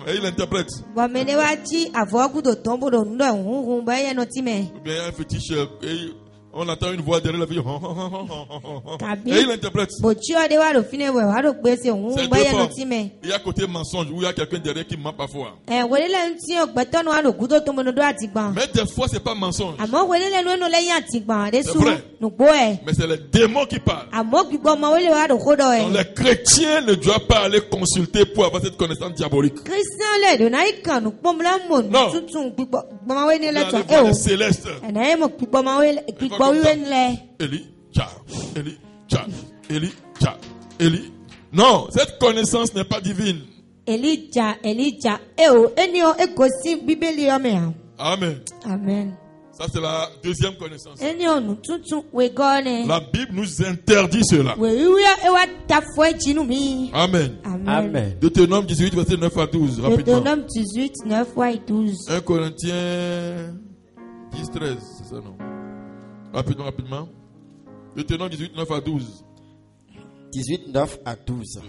Et il interprète.
bọ̀mẹ́ni wá jí àfọwọ́kùtò tán bòdò ńlọ òhún bẹ́yẹnu tìmẹ̀
Ou bien il y a un fétiche. Et on entend une voix derrière la vie. Et il interprète.
bòtí ọ̀dẹ wàdò fínẹ̀bù wàdò gbèsè òhún
C'est deux
bẹ́yẹnu
formes.
tìmẹ̀.
Il y a côté mensonge où il y a quelqu'un derrière qui ment parfois.
ẹ wòlé lẹnu tí ọgbẹtọnu alòkú tó tóbi nodó àti gbọn
Mais des fois, c'est pas mensonge.
àmọ wòlé lẹnu ẹnu lẹyìn àti gbọn
C'est
àdésù
vrai.
nùgbó ẹ
Mais c'est les démons qui parlent.
àmọ gbígbọ ọmọ wòlé wà lóko dọ
Donc
ẹ.
les chrétiens ne doivent pas aller consulter pour avoir cette connaissance diabolique.
kristian lè dùn náà kànú pọnbọlá mò ní
Non.
tuntun gbígbọ gbọmọwé
Il
ní
y a
lẹtọ
les
ẹ
voix
o
des célestes.
ẹnà ẹ mọ gbígbọ ọmọwé gbígbọ
comme
wíwé
ça.
nílẹ.
Eli, tcha, Eli, tcha, Eli, tcha, Eli. Non, cette connaissance n'est pas divine.
elija elija ẹ o ẹni ọ egosi bíbélì ọmọ ẹ
Amen.
amen.
Ça, c'est la deuxième connaissance.
ẹni ọ̀nù tuntun wẹ̀gọ́ ni
La Bible nous interdit cela.
wẹ̀wíwá ẹ wá dàfọ́ ẹ jìnnú mi.
Amen.
amen.
Amen.
Deutéronome 18, verset 9 à 12. Rapidement.
Deutéronome 18, 9 fois et 12.
1 Corinthiens 10, 13. C'est ça, non Rapidement, rapidement. Deutéronome 18, 9 à 12.
18, 9 à 12.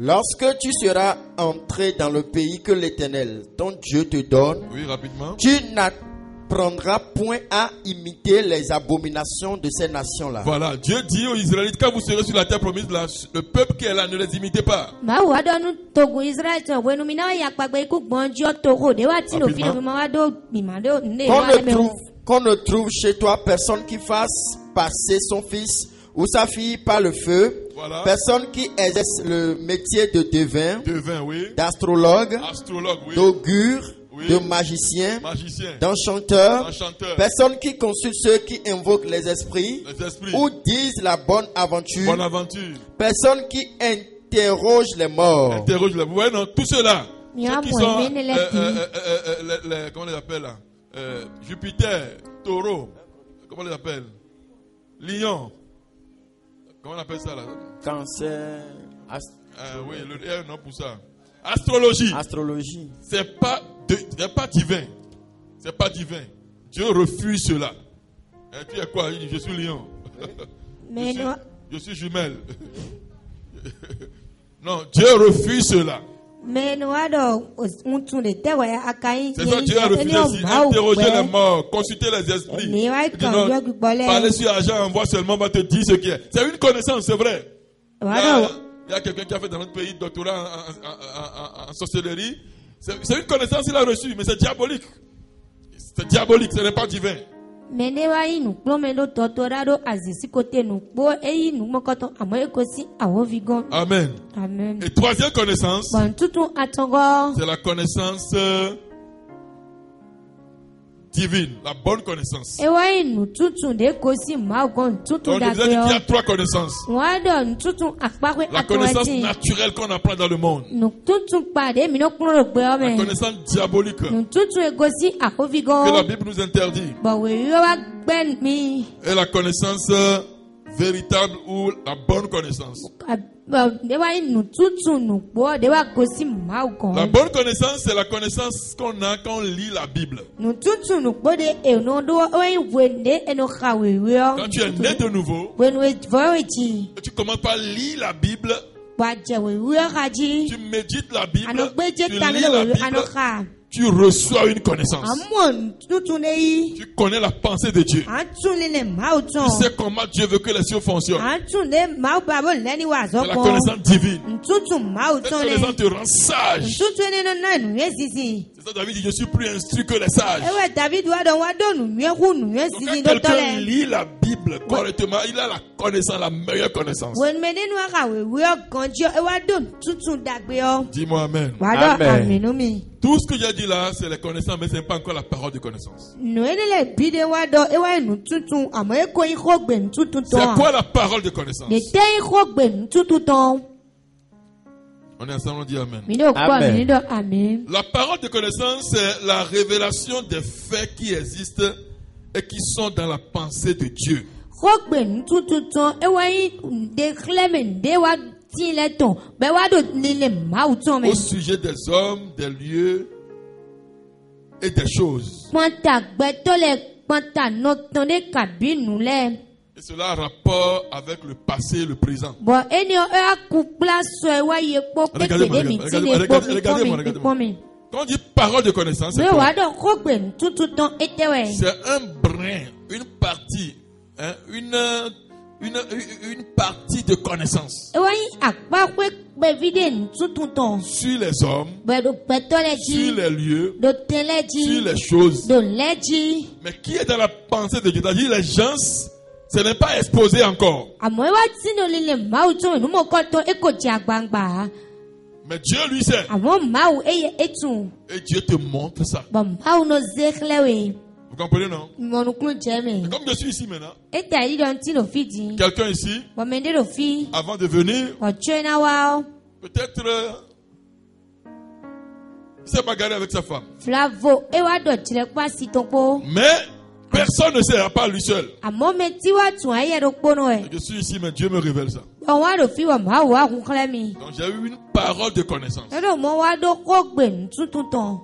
Lorsque tu seras entré dans le pays que l'Éternel, ton Dieu, te donne,
Oui, rapidement.
tu n'apprendras point à imiter les abominations de ces nations-là.
Voilà, Dieu dit aux Israélites, quand vous serez sur la terre promise, là, le peuple qui est là, ne les imitez pas.
Ma wo aɖɔnu togun israel tɔ wenu mi na ya kpagbe iku gbɔnjɔ togo de wa ti no fi
Rapidement.
de mi ma wa do gbima de ne
Qu'on
wa
ne,
de
trouve,
me.
qu'on ne trouve chez toi personne qui fasse passer son fils ou sa fille par le feu,
Voilà.
personne qui exerce le métier de devin,
Devin, oui.
d'astrologue,
Astrologue, Ah, oui.
d'augure,
Oui.
de magicien,
Magicien.
d'enchanteur,
Enchanteur.
personne qui consulte ceux qui invoquent les esprits
Les esprits.
ou disent la bonne aventure,
Bonne aventure.
personne qui interroge les morts.
Interroge les Ouais, non, tout cela.
Il y
Ceux
a
qui
moins
sont,
bien les
euh,
filles.
euh, euh, euh, les- les- comment on les appelle là Euh, Jupiter, Taureau, comment on les appelle Lion, comment on appelle ça là
Cancer,
Euh, Oui, le il y a un nom pour ça. Astrologie,
astrologie.
c'est pas, de- c'est pas divin, c'est pas divin. Dieu refuse cela. Et tu es quoi Il dit, Je suis lion.
Mais
(laughs) je,
non,
suis, je suis jumelle. (laughs) non, Dieu refuse cela.
mais no wa dɔ os- ŋutsu de tɛ wɔ aka yi.
C'est ça, Dieu a refusé si interroger les morts, consulter les esprits.
Mais il va être
Il dit
quand
non,
Dieu qui parlait.
Parler sur l'argent, envoie seulement, on va te dire ce qui est. C'est une connaissance, c'est vrai. Il y
Wa
a,
dɔ
il y a quelqu'un qui a fait dans notre pays doctorat en, en- en- en- en sorcellerie. C'est c'est une connaissance qu'il a reçue, mais c'est diabolique. C'est diabolique, ce n'est pas divin.
mais ne wa yi nukplɔ me ɖo tɔtɔ ɖa ɖo azisi kote nukpo eyi numɔkɔtɔ amɔ eko si awɔ vi gɔn.
Amen.
amen.
Et troisième connaissance,
bɔn tutu atɔgɔ
c'est la connaissance euh, divine, la bonne connaissance.
ewa yi nututu de ko si ma gɔn tutu
Donc, le
da
visage dit qu'il y a
gbɛɔ.
trois connaissances.
wa dɔ nututu akpakpe
La connaissance
atɔɛti.
naturelle qu'on apprend dans le monde.
nututu kpa de mi ne kplɔ ɖo gbɛɔ
La
mɛ.
connaissance diabolique que
nututu eko si awɔ vi
la
gɔn.
Bible nous interdit.
bɔn wo yɔ wa gbɛ mi.
Et la connaissance euh, véritable ou la bonne connaissance.
de wa yi nu tutu nu gbɔ de wa gosi maaw
La
gɔn
bonne connaissance, c'est la connaissance qu'on a quand on lit la Bible.
nu tutu nu gbɔ de enu do wa yi we de enu xa
Quand tu es né
wewuyɔ
de nouveau,
wenu vɔ yi dzi
que tu commences par lire la Bible,
wa dze wewuyɔ xa dzi
tu médites la Bible, tu
anɔgbedze tame
lis
ne
la
wewu anɔ
Bible,
xa
tu reçois une connaissance.
amɔ tutu ne yi
Tu connais la pensée de Dieu.
atu le ne maaw
Tu sais
tɔn
comment Dieu veut que les cieux fonctionnent.
atu le maaw ba bo lɛni wa
C'est la
zɔ kɔn
connaissance divine.
ntutu maaw
Cette
tɔn le
connaissance te rend sage.
ntutu ne nɔ na nu yɛ sisi
C'est ça, David dit, je suis plus instruit que les sages.
ewɛ david wa dɔn wa do nu yɛ ku nu yɛ
Donc,
sisi
quand
dɔ tɔ
quelqu'un
lɛ.
lit la Bible correctement, il a la connaissance, la meilleure connaissance.
wòlùmẹ̀ nínú àkàwé wí ọ̀gànjọ́ ẹ wá dùn tútù dàgbé ọ.
Dis-moi Amen.
wà á dọ̀
Amen.
àmínú mi.
Tout ce que j'ai dit là, c'est les connaissances, mais ce n'est pas encore la parole de connaissance.
nù ẹnìlẹ̀ bídé wá dọ̀ ẹ wá ìnù tútù àmọ́ ẹ kó ikó gbẹ̀nù tútù
C'est
tán.
quoi la parole de connaissance
lè tẹ́ ikó gbẹ̀nù tútù tán.
On est ensemble, on dit Amen.
mi ní òkú
Amen.
àmì ní dọ̀ àmì.
La parole de connaissance, c'est la révélation des faits qui existent et qui sont dans la pensée de Dieu.
kó gbẹ̀nù tútù tán ẹ wá yín ǹdẹ kílẹ̀mì ǹdẹ wá tí ilẹ̀ tán bẹ́ẹ̀ wá dò nílẹ̀ máwù tán mi.
Au sujet des hommes, des lieux et des choses.
pọ́ńtà gbẹ́tọ́ lẹ̀ pọ́ńtà náà tán dé kàbínú lẹ̀.
Et cela a rapport avec le passé et le présent.
bɔn e ni ɔ y'a ku kpla sɔ ye wa ye kpɔ
Regardez-moi,
kekele mi ti
regardez-moi,
le kpɔ
regardez-moi,
mi kpɔ mi
regardez-moi.
kpɔ mi.
Quand on dit parole de connaissance, c'est
mɛ
quoi
wàá dɔn ko gbɛnu tutu tɔn e tɛ wɛ.
C'est un brin, une partie, hein, une, euh, une, une partie de connaissance
e wa ye akpa ko gbɛvi de nu tutu tɔn.
sur les hommes,
bɛdo gbɛtɔ lɛ
sur
dzi
les lieux,
do tɛ lɛ
sur
dzi
les choses.
do lɛ dzi.
Mais qui est dans la pensée de Dieu C'est-à-dire les gens, ce n'est pas exposé encore.
àmọ́ e wa ti ní olè lè maawu tún ìnumọ̀ kọ́tọ́ e kò jẹ́ agbangba.
Mais Dieu lui sait.
àmọ́ maawu e yɛ etun
Et Dieu te montre ça.
bɔn maawu n'o ze xlɛ wɛ
Vous comprenez, non
mɔnukun jɛ
Et
mɛ.
Comme je suis ici maintenant,
e ta yi dɔn ti n'o fi di
quelqu'un ici,
bɔn mɛ ne do fi
avant de venir,
ɔtsɛ na wa o.
peut-être euh, il s'est bagarré avec sa femme.
fila vo e wa dɔ tsirekpa si tɔn kpo
Mais personne ne sait, à part lui seul.
àmọ́ mɛ tí wa tún ayé ɖo kpo nù ɛ
Je suis ici, mais Dieu me révèle ça.
ɔn wa ɖo fi wa ma wo akun xlẹ mi E
Donc j'ai eu une parole de connaissance.
ɛdɔ mɔ wa ɖo kɔ gbɛ nututu tɔn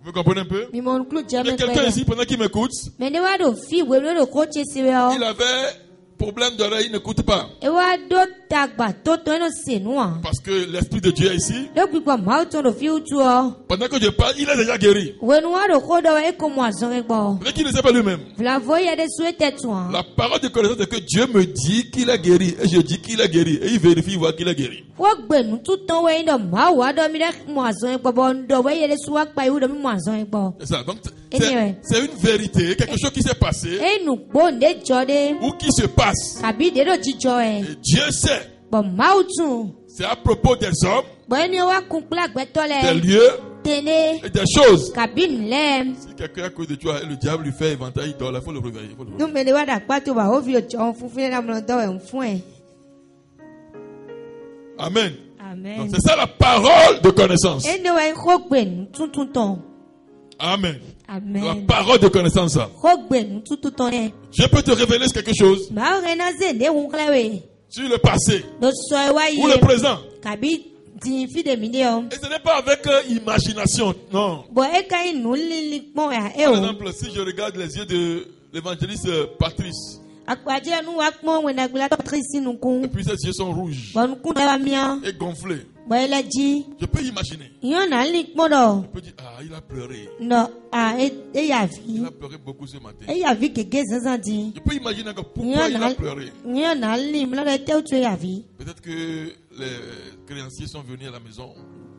Vous Vous comprenez un peu
Mi mɔ nukulu
Il y
dzem
a quelqu'un
kpɛ
ici pendant qu'il m'écoute.
mɛ ne wa ɖo fi wo ne ɖo ko tsesi wɔ
Il avait problème d'oreille, il n'écoute pas.
ewa ɖo tagba totɔ eno e se nua
Parce que l'Esprit de Dieu est ici.
ne gbigbɔ mawu tɔ ɖo fi wotsoɔ
Pendant que je parle, il est déjà guéri.
wo nu wa ɖo ko ɖɔ eko mo azɔ gbɔ
Peut-être qu'il ne sait pas lui-même.
vlavo ya ɖe sue tɛ tsoa
La parole de connaissance, c'est que Dieu me dit qu'il est guéri. Et je dis qu'il est guéri. Et il vérifie, il voit qu'il est guéri.
wo gbe nututɔ wo yi ɖɔ mawu aɖɔ mi ɖe mo azɔ gbɔ bɔ ŋdɔ wo ye ɖe sua kpa yi wo ɖɔ mi mo azɔ gbɔ
C'est ça. Donc, c'est-
Et anyway.
c'est une vérité, quelque chose qui s'est passé
enu gbo ne dzɔ ɖe
ou qui se passe.
kabi ɖe ɖo dzidzɔ yɛ
Et Dieu sait.
bɔn mawu tún
C'est à propos des hommes,
bɔn eni wa kun kple agbɛtɔ
des
lɛ
lieux
tene
et des choses.
kabi nu lɛ.
Si quelqu'un à cause de toi, le diable lui fait éventail, il dort là, il faut le réveiller. faut le réveiller.
numene wa ɖe akpa to ba wo vi o tsɔ funfun ɖe amlɔ dɔ wɛ ŋfu ɛ.
Amen. Donc,
amen.
c'est ça la parole de connaissance.
ene E wa xɔ gbe nututun tɔn.
Amen. La
amen.
parole de connaissance. ça.
xɔ gbe nututun tɔn dɛ.
Je peux te révéler quelque chose
maawo rɛ na ze ne ŋu xlɛ wɛ.
sur le passé
ɖo sɔ ye e wa
ou le
yi.
présent.
kabi diin fi de mi de yɔ.
Et ce n'est pas avec euh, imagination, non.
bɔn e ka ɲi nu lili kpɔn ya e
Par
o.
exemple, si je regarde les yeux de l'évangéliste euh, Patrice,
akpadze nu wa kpɔn wɛnagbela patrisi
et
nukun.
puis ses yeux sont rouges
bɔn nukun dɔ e wa miã.
et gonflés,
bɔn e la dzi.
je peux imaginer.
yɔn na li kpɔn dɔ.
Je peux dire, ah, il a pleuré.
nɔ a e e y'a
Il
vi.
a pleuré beaucoup ce matin.
e y'a vi gege zazan di.
Je peux imaginer encore pourquoi
Nyɔ
il
na
a pleuré.
nyɔ na lim lɔ ɖe te wotso ya vi.
Peut-être que les créanciers sont venus à la maison,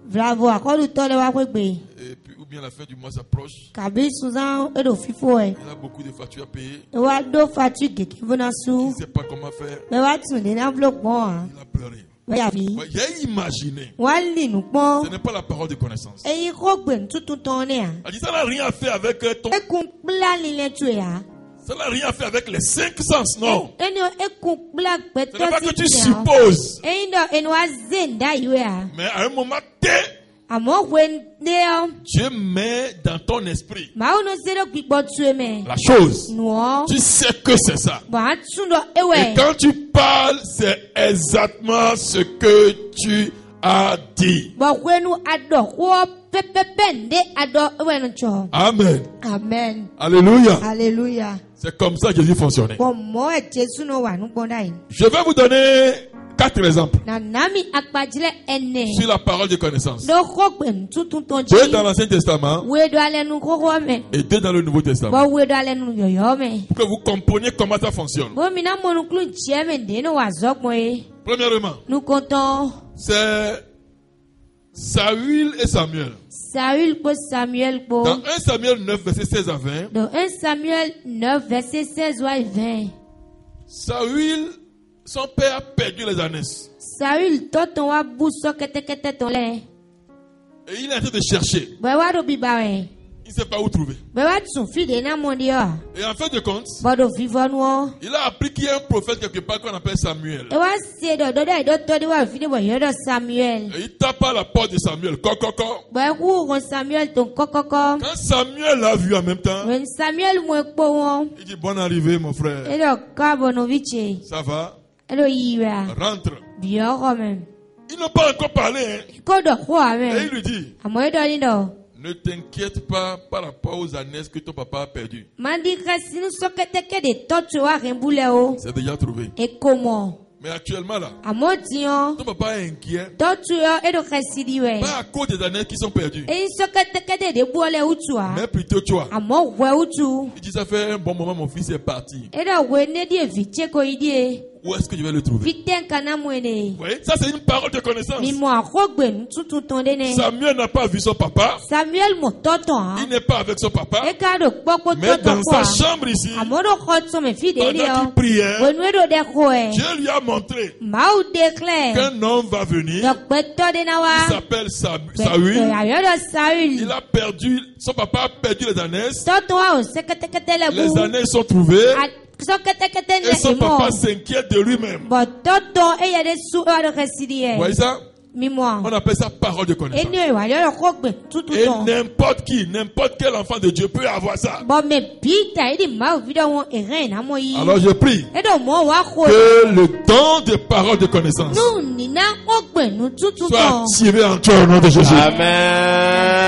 Vlavo akɔɖutɔ ɖe woaƒe gbe.
et puis, ou bien la fin du mois s'approche.
Kabi Suzan eɖo fifo ɛ.
Il a beaucoup de factures à payer.
Ewa ɖo fatu gege vona
Il
su.
ne sait pas comment faire.
Mɛ E wa tu ne na blo kpɔn a.
Il a pleuré.
Mɛ E ya vi.
Moi, J'ai imaginé.
Wa li nu
Ce
kpɔn.
n'est pas la parole de connaissance.
Eyi xɔ gbe nututu tɔn ne ya.
Elle dit, ça n'a rien à faire avec euh, ton...
Ekun kpla lilɛ tu ya.
Ça n'a rien à faire avec les cinq sens, non.
Eni ekun kpla
Ce n'est pas que
gbɛtɔ
tu
si tu ya.
supposes.
Eyi dɔ enu wa ze nda yi ya.
Mais à un moment T,
Amɔ hoe ne yɔ.
Dieu met dans ton esprit
Maawo no se ɖe gbigbɔ tue mɛ.
la chose.
Nuɔ.
Tu sais que c'est ça.
Bɔn a tu dɔ ewɛ.
Et quand tu parles, c'est exactement ce que tu as dit.
bɔkɔnu adɔ kɔ pɛpɛpɛ nde adɔ ewɛnu tsɔ.
Amen.
amen
Alléluia.
hallelujah.
C'est comme ça que Jésus fonctionnait.
bɔn mɔɔ ɛtsɛ sunu wa nugbɔnda yi.
Je vais vous donner quatre exemples
na nami akpadzilɛ ɛnɛ.
sur la parole de connaissance.
n'o kɔ gbɛnu tuntun tɔn
Deux dans
dzi.
l'Ancien Testament
wedo alɛ nu kɔkɔ mɛ.
et deux dans le Nouveau Testament.
bɔn wedo alɛ nu yɔyɔ mɛ.
Pour que vous compreniez comment ça fonctionne.
bɔn mina mɔnukulu jɛ mɛ den no wa zɔgbɔn ye.
Premièrement,
nukɔtɔn
c'est Saül et Samuel.
saul kpo samuel
Dans
kpo.
1 Samuel 9, verset 16 à 20,
don 1 samuel 9 verset 16 wa 20.
Saül, son père a perdu les années.
saul tɔtɔn wa bu sɔ kɛtɛkɛtɛ tɔn lɛ.
Et il est en train de chercher.
bɔn wa ɖo biba wɛ.
Il ne sait pas où trouver.
bɛɛ b'a tún fìdí náà mọ ni ọ
Et en fin de compte,
bọdọ fífọ nu ọ
il a appris qu'il y a un prophète quelque part qu'on appelle Samuel.
ẹ wá ṣe dọdọ dẹ dọtọ de wà fìdí bọ yọdọ samuel
Et il tape à la porte de Samuel. Coq, coq, coq.
bọẹ kú wọn samuel tó ń kọkọkọ
Quand Samuel l'a vu en même temps,
wọn samuel mú ekpo wọn
il dit Bonne arrivée, mon frère.
ẹ lọ kọ abọnọviche
Ça va
ẹ lọ yíra
Rentre.
bìọ ọkọ mẹ
Ils n'ont pas encore parlé. hein.
kó dọ kó
Et il
amẹ
lui dit
àmọ ẹ dọ ni dọ
Ne t'inquiète pas par rapport aux années que ton papa a perdues.
mandi ka sinu sọkẹtẹkẹ de tọtù wa rìn bulẹ o
C'est déjà trouvé.
eko mọ
Mais actuellement, là,
àmọ tiyan
ton papa est inquiet.
tọtù yọ ẹ dọ ka sidi wẹ
Pas à cause des années qui sont perdues,
eyi sọkẹtẹkẹ de de bọ lẹ utu wa
mais plutôt toi.
àmọ wẹ utu.
Il dit Ça fait un bon moment, mon fils est parti.
Era we ne die vi cheko idie.
Où est-ce que je vais le trouver
Viten kana mwene.
Vous voyez Ça, c'est une parole de connaissance.
Mi mo akogbe ntutu tonde ne.
Samuel n'a pas vu son papa.
Samuel mo toto ha.
Il n'est pas avec son papa.
E ka do popo
Mais
toto
dans
kwa.
sa chambre ici,
Amodo khoto me fi de ri
pendant
o.
qu'il priait,
Wenu edo de ko e.
Dieu lui a montré
Mau declare.
qu'un homme va
Yo
venir.
peto de na
Il
wa.
s'appelle Samu-
Pe-
Saül.
Ayo do
Il
Saul.
a perdu, son papa a perdu les années.
Toto wa o seketekete le
Les
bu.
années sont trouvées
A- So ketekete
et
ne
son
imo.
papa s'inquiète de lui-même.
Bo toto e ya de su wa do kesidi
Vous
e.
voyez ça
Mi mo.
On appelle ça parole de connaissance.
Eni wa yo akogbe tutu
Et
ton.
n'importe qui, n'importe quel enfant de Dieu peut avoir ça.
bɔn mɛ bi ta e de maaw fi dɔ wɔn ɛrɛn na mɔ yi.
Alors je prie
e dɔ mɔ wa ko ye.
que le don de parole de connaissance
n'u nina o gbɛnu tutu
soit
tɔn.
activé en toi au nom de Jésus.
Amen.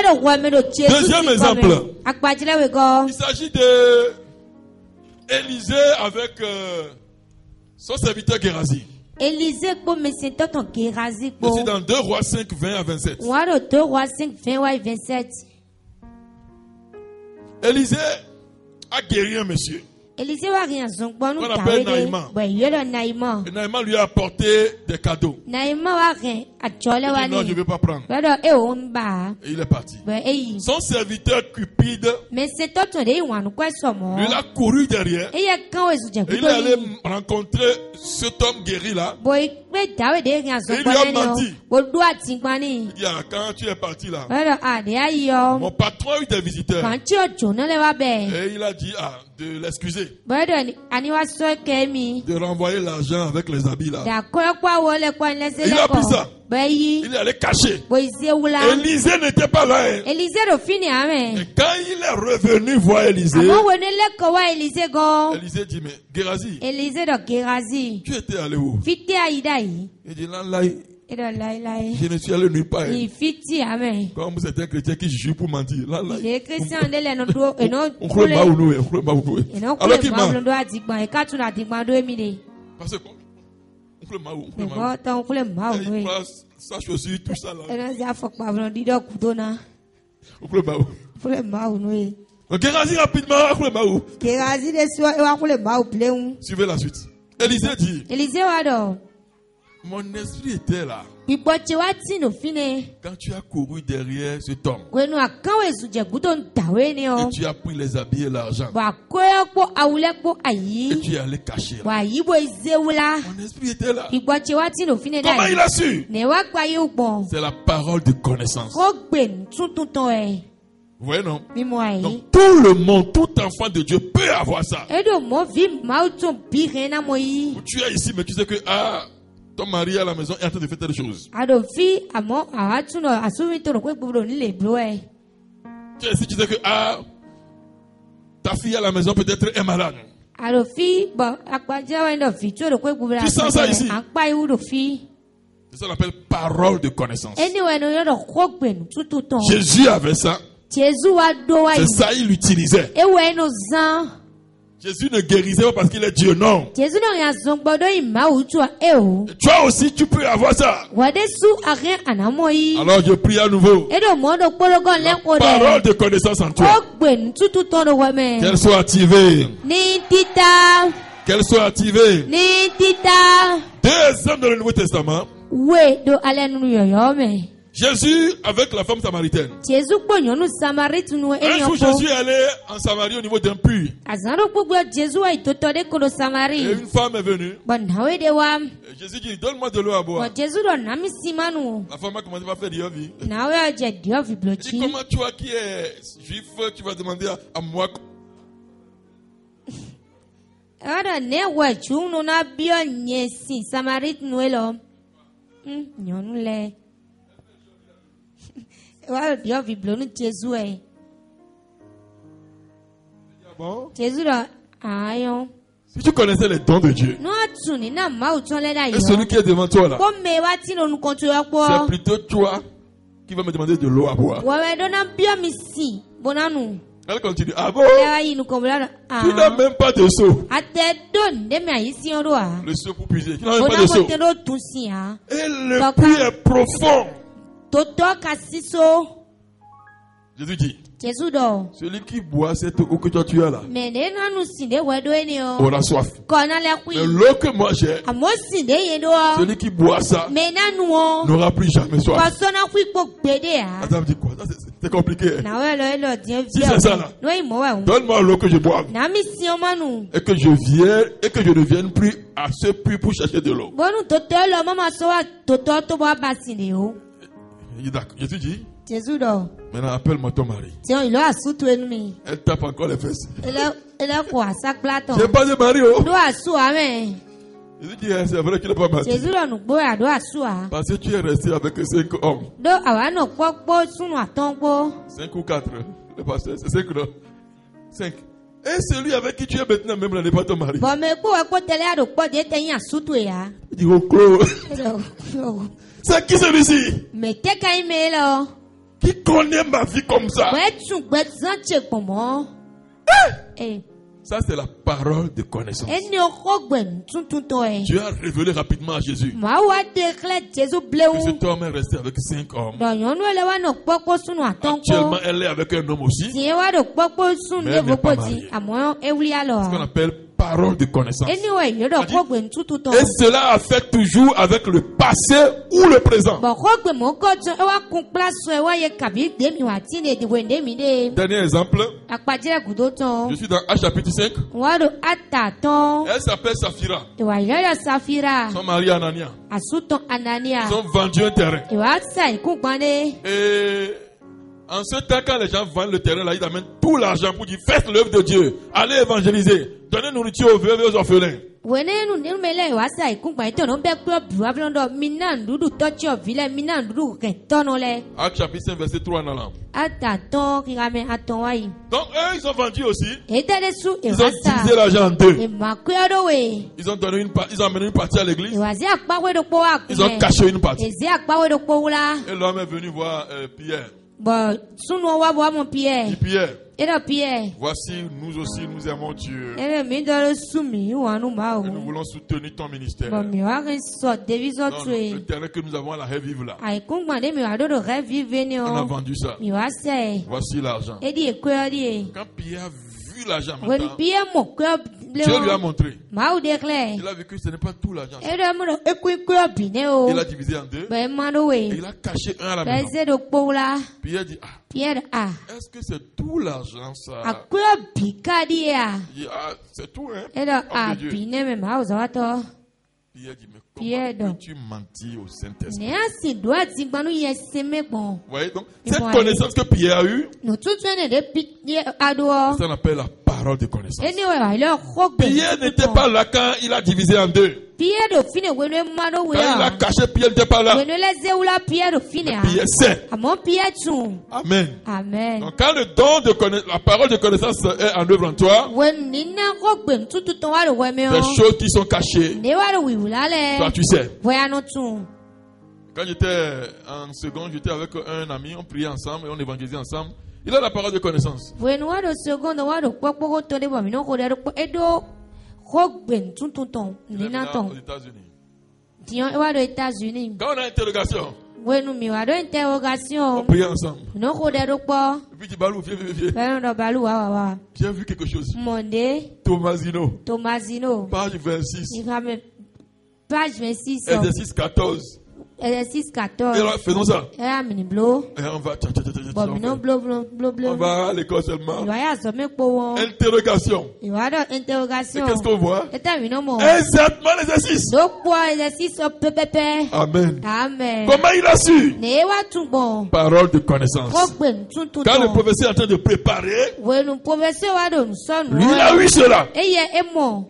le royaume de Dieu.
Deuxième exemple.
Akpajile wego.
Il s'agit de Élisée avec euh, son serviteur Gérazi.
Élisée kpo mesin tɔtɔn Gérazi
Je suis
kpo.
dans 2 rois 5, 20 à 27.
Wọ́n á lò tó roi cinq vingt wa vingt sept.
Élisée a guéri un monsieur.
Élisée wa rien zɔn gbɔ nu
On
dawe
appelle
de.
Naïman.
Bɔn yɔlɔ Naïman.
Et Naïman lui a apporté des cadeaux.
Naïman wa rien
Il
atsɔlɛ wa
dit, non, je ne
ni.
vais pas prendre.
Bɛɛ dɔ e wo n ba.
Et il est parti.
Bɔn e yi.
Son serviteur Cupide,
Mesin tɔtɔn de yi wɔn anukɔ
lui, il
sɔmɔ.
a couru derrière.
E yɛ kan wo ezudze
Et il est allé
kuto yi.
rencontrer cet homme guéri là.
Bɔn e kpe dawe de rien
Et
zɔn
il lui a
gbɔ nɛ
menti.
yɔ. Wo do ati gbani.
Il dit, ah, quand tu es parti là,
Bɛɛ dɔ a de y'a yɔ.
mon patron a eu des visiteurs.
Kan tí o jò náà lè wá bẹ̀.
Et il a dit, ah, de l'excuser,
Bọ́dọ̀ ni àníwá sọ kẹ́ mi.
de renvoyer l'argent avec les habits là.
Dàkúrẹ́ pa wo lẹ kọ́ ẹlẹ́sẹ̀
Il a pris ça.
lẹ́kọ̀ọ́. Bẹ́ẹ̀ yí.
Il est allé cacher.
Bòyìísé wula.
Élisée n'était pas là. hein.
Élise ɖo fi ni amẹ.
Et quand il est revenu voir Élisée,
Àmọ́ wo ni lẹ́kọ̀ọ́ wa Élise gan?
Élisée dit, mais Gérazi,
Élise ɖɔ Gerazi.
tu étais allé où
Fiti ayi da yi.
Il dit, là, là,
E ɖɔ layilayi.
je ne suis allé nulle part. hein.
Ni fiti amẹ.
Comme c'est un chrétien qui joue pour mentir. Là, là,
Ìṣe Christian de lẹ nu do eno
on croit pas
kule.
où nous, on croit pas où nous.
Eno
Alors
kule
qu'il
bọ̀
ment.
abúlé do àdìgbọ̀n. Ìka tún àdìgbọ̀n do emi de.
Parce qu'on on croit pas où, on croit pas
Ìgbọ́ tán kule mọ́
où.
àwọn
Et Il
òwe.
prend sa chaussure, tout ça là.
Ẹnlẹ́sẹ̀ afọ̀pọ̀ abúlé dídọ̀ kudo náà.
On croit pas où.
Kule mọ́ àwọn òwe.
Donc, Gérazi, rapidement, on croit pas où.
Kérazi ɖe sɔ ewa kple bawo ple ŋu.
Suivez la suite. Élisée dit,
Elize wa dɔ.
mon esprit était là
Gbígbɔ tse wa ti no fi ne.
quand tu as couru derrière cet homme
Wenu akawo ezudze gudo ntawe ne
et
o.
tu as pris les habits et l'argent
Wa koya kpɔ awu lɛ kpɔ
et
ayi.
tu es allé cacher là.
Wa yibo ezewu la.
Mon esprit était là.
Gbígbɔ tse wa ti no fi ne
Comment
da
il
yi.
a su
Ne wa gba yewu gbɔn.
C'est la parole de connaissance.
Kɔ gbe tuntun ɛ.
Vous voyez, non
Mímɔ ayi.
Donc, tout le monde, tout enfant de Dieu peut avoir ça.
Edo mɔ vi maaw tún bi hɛn na mɔ yi.
Tu es ici, mais tu sais que ah, ton mari à la maison est en train de faire telle chose.
Aɖo fi amɔ awa tún nɔ asumi toro ko gbogbo ni le blo ɛ.
Tu es ici, tu sais que ah, ta fille à la maison peut-être est malade.
àròfin bọ̀ agbájáwé náà fi tí o rò pé gbogbo
Fi sánsá yìí sí.
à ń pa irú ròfin
C'est ça qu'on appelle parole de connaissance.
ẹni wẹ̀ ni yọ̀rọ̀ kó gbẹ̀nu tútù tán
Jésus avait ça.
jésù wa dó wa
C'est
yìí
ça, il l'utilisait.
ewu ẹnu zan
Jésus ne guérissait pas parce qu'il est Dieu, non.
jésù náà yà zan gbọdọ̀ yìí má wù tú ẹ o
Toi aussi, tu peux avoir ça.
wàdé sú àrẹ ànámọ́ yìí
Alors, je prie à nouveau.
ẹni òmò ọdọ kpọlọgọ lẹ́kọ̀ọ́
Parole
dẹ̀
de connaissance en
kó
toi.
gbẹ̀nu tútù tán ló wọ mẹ́.
Qu'elle soit activée.
ní títa
Qu'elle soit activée.
ní títa
Deux hommes dans le Nouveau Testament.
wé do alẹ́ nu yọ̀yọ́ mẹ́
Jésus avec la femme samaritaine.
jésù gbọ̀nyọ́nu samaritunu
Un
ẹ̀yàn
jour,
kó.
Jésus est allé en Samarie au niveau d'un puits.
azãɖo gbogbo jesu wa yi totɔ ɖe kolo samari
Et une femme est venue.
bɔn nawe de wa
Et Jésus dit Donne-moi de l'eau à boire.
bɔn jesu dɔ nami simanu
La femme a commencé par faire des vie.
nawe yɔ dze diɔ
Elle dit
viblotsi
Comment toi qui es juif, tu vas demander à, à moi
ewaɖɔ ne wɔ tsunu na biɔ nye si Hmm, samari nue lɔ ŋu nyɔnu lɛ (laughs) ewaɖɔ diɔ viblonu jesu e. yɛ
Ah bon?
jesu dɔ ayɔ
Si tu connaissais les dons de Dieu,
nua tuni na mawu tɔn lɛ la
et celui
yɔ
qui est devant toi là,
kɔmi wa ti n'onu kɔntu yɔ
c'est
kpɔ
plutôt toi qui vas me demander de l'eau à boire.
wɔwɛ dɔ na biɔ mi si bonanu
Elle continue Ah bon
lɛ wa yi nukɔbula dɔ
Tu n'as
aa.
même pas de seau.
atẹ̀dọ́n dẹ́mi àyè sí ọ̀rọ̀ à.
Le seau pour puiser. Tu n'as même pas de seau.
onáfọ̀tẹ́rọ̀ tún sí à.
Et le
Papa.
puits est profond.
tó tọ́ka síso.
Jésus dit
jésù dọ̀.
Celui qui boit cette eau que toi tu as là
mẹ̀lẹ́ nánu sìndé wẹ̀dọ́ ẹni ọ.
aura soif.
kọ́nà lẹ́kùn
Mais
yìí.
l'eau que moi j'ai,
àmọ́ sìndé yẹn dọ́.
celui qui boit ça
mẹ̀ nánu ọ.
n'aura plus jamais soif.
kọ́sọ́nà kú ipò gbèdé à.
Adam dit quoi Ça, c'est- C'est compliqué. hein.
nàwó ẹ lọ ẹ lọ diẹ
Si
fíà.
c'est ça, là.
ló yìí mọ́ wà wù.
Donne-moi l'eau que je boive.
nàmi sí ọmọ nù.
Et que je vienne, et que je ne vienne plus à ce puits pour chercher de l'eau.
bọ́nù tó tọ́ lọ mọ́ máa sọ wà tó tọ́ tó bọ́ bá sìndé o.
Il dit, d'accord. Jésus dit,
jésù dọ̀.
maintenant appelle-moi ton mari.
tiẹ̀ ìlú àsútu ẹnu mi.
Elle tape encore les fesses.
ẹlẹ́ ẹlẹ́ kò àsákúlá tán.
J'ai pas de mari, oh.
Àdó àsù àmẹ́.
Jésus dit, eh, c'est vrai qu'il n'est pas mari.
Jésù lọ́nu gbó àdó àsù à.
Parce que tu es resté avec cinq hommes.
Dó àwa náà gbọ́ gbó súnú àtọ́ gbó.
Cinq ou quatre. Le pasteur, c'est cinq, non? Cinq. Et celui avec qui tu es maintenant, même là, n'est pas ton mari.
Bọ̀mọ epo ẹ̀kọ́ tẹ́lẹ̀ àdó pọ̀ dé tẹ̀yìn àsútù ẹ̀yà.
Il dit, oh, Claude. C'est qui celui-ci?
Mẹ tẹ́ka yín mi lọ.
Qui Qui connaît ma vie comme ça
Gbẹ̀tùgbẹ̀tùgbẹ̀tùgbẹ̀ pọ̀mọ́. Ẹ
Ça, c'est la parole de connaissance.
ẹni ọkọ gbẹ̀nu tuntun tọ ẹ̀.
Tu as révélé rapidement à Jésus
Màá wá déclare Jésù
que
bléwu.
cet homme est resté avec cinq hommes.
Dọ̀yọ̀nú ẹlẹ́ wá nà kpọ́kpọ́ sunu àtọ́nkọ́.
Actuellement, elle est avec un homme aussi.
Tiẹ̀ wá nà kpọ́kpọ́ sunu
Mais
lé
elle n'est
gbogbo
pas
ti
mariée.
àmọ́ ewúrẹ́ alọ̀.
Ce qu'on appelle parole de connaissance.
Ẹni wọ̀ ẹ̀yọ́ dọ̀
Elle dit-
kọ́ gbẹ̀nu tuntun tọ.
Et cela affecte toujours avec le passé ou le présent.
Bọ̀ kọ́ gbẹ̀mọ́ kọ́ tún ẹ wá kun kpla sọ ẹ wá yẹ kàbí gbẹ̀mí wà tí ne dìbò ẹ̀ mi dé.
Dernier exemple,
Àpàjẹ́ gùdó tán.
je suis dans H chapitre 5.
Wọ́n do ata tán.
Elle s'appelle Saphira.
Ìwà ìlọ́yọ̀ Safira.
Son mari Anania.
Àsútàn Anania.
Ils ont vendu un terrain.
Ìwà sa ìkúgbọ́nlé.
Et en ce temps, quand les gens vendent le terrain, là, ils amènent tout l'argent pour dire faites l'œuvre de Dieu, allez évangéliser, donnez nourriture aux veuves et aux orphelins.
Wene nu nínú mi lẹ̀ ìwà sa ìkúgbọ́n ìtọ̀nà bẹ́ẹ̀ kúrọ̀ bìwá fúlọ́dọ̀ mi náà dúdú tọ́jú ọ̀bílẹ̀ mi náà dúdú kẹ̀ tọ́nu lẹ̀.
Acte chapitre 5, verset 3 en allant.
Ata tán kíkà mẹ́ atán wáyé.
Donc, eux, ils ont vendu aussi.
Èyí tẹ́lẹ̀ sún
Ils
ìwà
ont
sa
divisé l'argent en deux.
ìmọ̀ akúyọ́ dọ̀ wẹ̀.
Ils ont, donné une part- ils ont amené une partie à l'église.
Ìwà sí àpáwédokpó wà
Ils ont caché une partie.
Èzí àpáwédokpó wúlá.
Et l'homme est venu voir euh, Pierre.
Bọ̀ súnú wá bọ̀ ọmọ píẹ̀.
Il dit Pierre,
Ẹ̀rọ píẹ̀.
voici, nous aussi, nous aimons Dieu.
Ẹ̀rọ mi dọ̀rọ̀ sún mi ìwà nù máa
Et nous
wò.
voulons soutenir ton ministère.
Bọ̀
Donc,
mi wá kí n sọ David sọ̀tù yìí.
le terrain que nous avons à la haie vive là,
Ah, àìkúngbọ̀ndé mi wà lódò rẹ vive ni
on a
o
vendu ça.
mi wà sẹ
Voici l'argent.
edi e èkó ọdí yẹ
Quand Pierre a vu l'argent,
wẹni
maintenant,
bí ẹ mọ kó lé
Dieu lui a
o E
montré.
màá wù déklẹ
Il a vécu, ce n'est pas tout l'argent.
ẹdọ ẹ mú lọ ekú kó bì ní o e
Il a divisé en deux.
bẹẹ má ló
Et
wẹ
il a caché un à la
bẹẹ
maison.
sẹ ló kpó la
Pierre dit, ah,
pierre a
est-ce que c'est tout l'argent ça
àkó bì káàdì yẹ e a E
Il dit, ah, c'est tout, hein
ẹdọ
Homme de
àbì
Dieu.
ní mi màá wù sọ tọ
Pierre dit, mais
Pierre,
comment
donc.
tu mentis au Saint-Esprit
nìyà sì dùn àti gbanú yẹ sẹmẹ pọn
Vous voyez donc,
Et
cette
voilà.
connaissance que Pierre a eue,
nùtútù ẹni dẹ bi yẹ adùọ
ça s'appelle la parole de connaissance.
ẹni wẹ wà lọ kó gbẹ
Pierre n'était pas là quand il a divisé en deux.
pierre dòfin ni wẹni má ló
Quand
wẹ
il a
ọ.
caché, Pierre n'était pas là.
Wenu le zewula pie e do fine a.
Pierre sait.
Amon pie tun.
hein. Amen.
Amen.
Donc, quand le don de connaissance, la parole de connaissance est en œuvre en toi,
Wenu nina ko gbem tutu tɔn wa do wɛmɛ
les
o.
choses qui sont cachées,
Ne wa do wiwula
toi,
lɛ.
tu sais.
Voya no tun.
Quand j'étais en seconde, j'étais avec un ami, on priait ensemble et on évangélisait ensemble. Il a la parole de connaissance.
Wenu wa do segondo wa do kpɔkpɔ ko tɔ de bɔ minɛn ko de do kpɔ edo ko gbem tutu tɔn
Il est
nina
là aux
tɔn.
États-Unis.
Diɲɔ wa do Etats-Unis.
Quand on a interrogation,
Wenu mi wa do
on
interrogation.
priait ensemble.
Minɛn ko de do kpɔ.
Et puis il dit Balou, viens, viens, viens.
Fɛn dɔ balu wa wa wa.
J'ai vu quelque chose.
Mɔnde
Thomasino,
Tomasino.
page 26,
Ifame page vingt-six.
exercice 14.
Exercice
Et
quatorze.
alors, faisons ça.
ẹ yà mí ní bulo
Et on va. tiens, tiens, tiens, tiens, tiens,
bọ̀mí
on
náà
fait.
bulo bulo bulo
On
bulo
va à l'école seulement.
ìwà yà sọ mí po wọn
Interrogation.
ìwà dọ̀
Et
interrogation
qu'est-ce qu'on voit
ẹ tẹ̀ mí náà mọ̀
Exactement l'exercice.
ló pọ̀ ẹ̀jẹ̀ sísọ pẹ́pẹ́pẹ́
Amen.
amẹ́
Comment il a su
ní wà tún gbọ̀n
Parole de
kó
connaissance.
gbẹ̀ tuntun
Quand le
tán
professeur est en train de préparer,
wẹ̀nu pọfẹ́sẹ̀ wà dọ̀ sọ̀nù
lui, il a eu cela.
ẹ yẹ ẹ mọ̀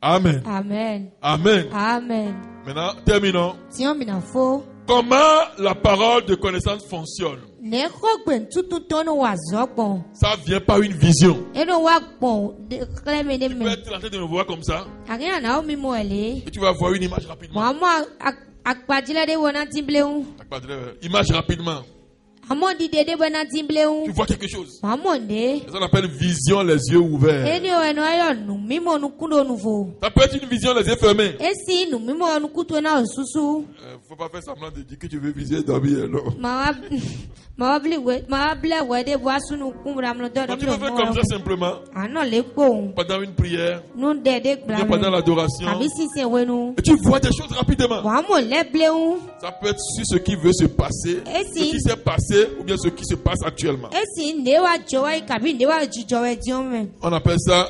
Amen.
amẹ́
Amen.
amẹ́
Maintenant, terminons.
tiẹ́ mi nà fó
Comment la parole de connaissance fonctionne
ní kó gbẹ̀ tuntun tán ní wà zọ́ gbọ̀n
Ça vient par une vision.
ẹ ní wà gbọ̀n kílẹ̀mí ní
Tu
mi
peux être en train de me voir comme ça
àríyànná ó mi mọ̀ ẹ̀ lé
et tu vas voir une image rapidement.
mọ̀ọ́mọ́ àgbàjílẹ̀ dé wọ́n náà ti ń bilẹ̀ ń.
T'as pas de rêve. euh, Image rapidement.
àmọ́ dìde dé bọ́nà tí ń bilẹ̀
Tu
ń.
vois quelque chose.
màmọ́ ndé.
Ça s'appelle vision les yeux ouverts.
ẹni o ẹnu ayọ̀ nù mímọ́ nu kúndò nu fò.
Ça peut être une vision les yeux fermés.
èsì nù mímọ́ nu kútu náà ṣuṣu.
Euh, faut pas faire semblant de dire que tu veux viser dormir. Non.
(laughs) màá bilẹ̀ wẹ̀ dé bọ́ asúnú kúndà mi lọ́dọ̀
Quand tu peux
mi ò
faire
mọ̀
comme ça simplement,
àná lè kó òun.
pendant une prière,
nù dẹ̀dẹ̀
ou
gbà
bien pendant l'adoration,
àbí sísè wẹnu.
et tu vois des choses rapidement.
wàá mọ̀ lẹ́ bilẹ̀ ń.
Ça peut être sur ce qui veut se passer,
Et
ce
si-
qui s'est passé, ou bien ce qui se passe actuellement.
èsì ndé wa jọwọ́ yìí kàbí ndé wa jíjọ wẹ̀ díẹ̀ mẹ́.
On appelle ça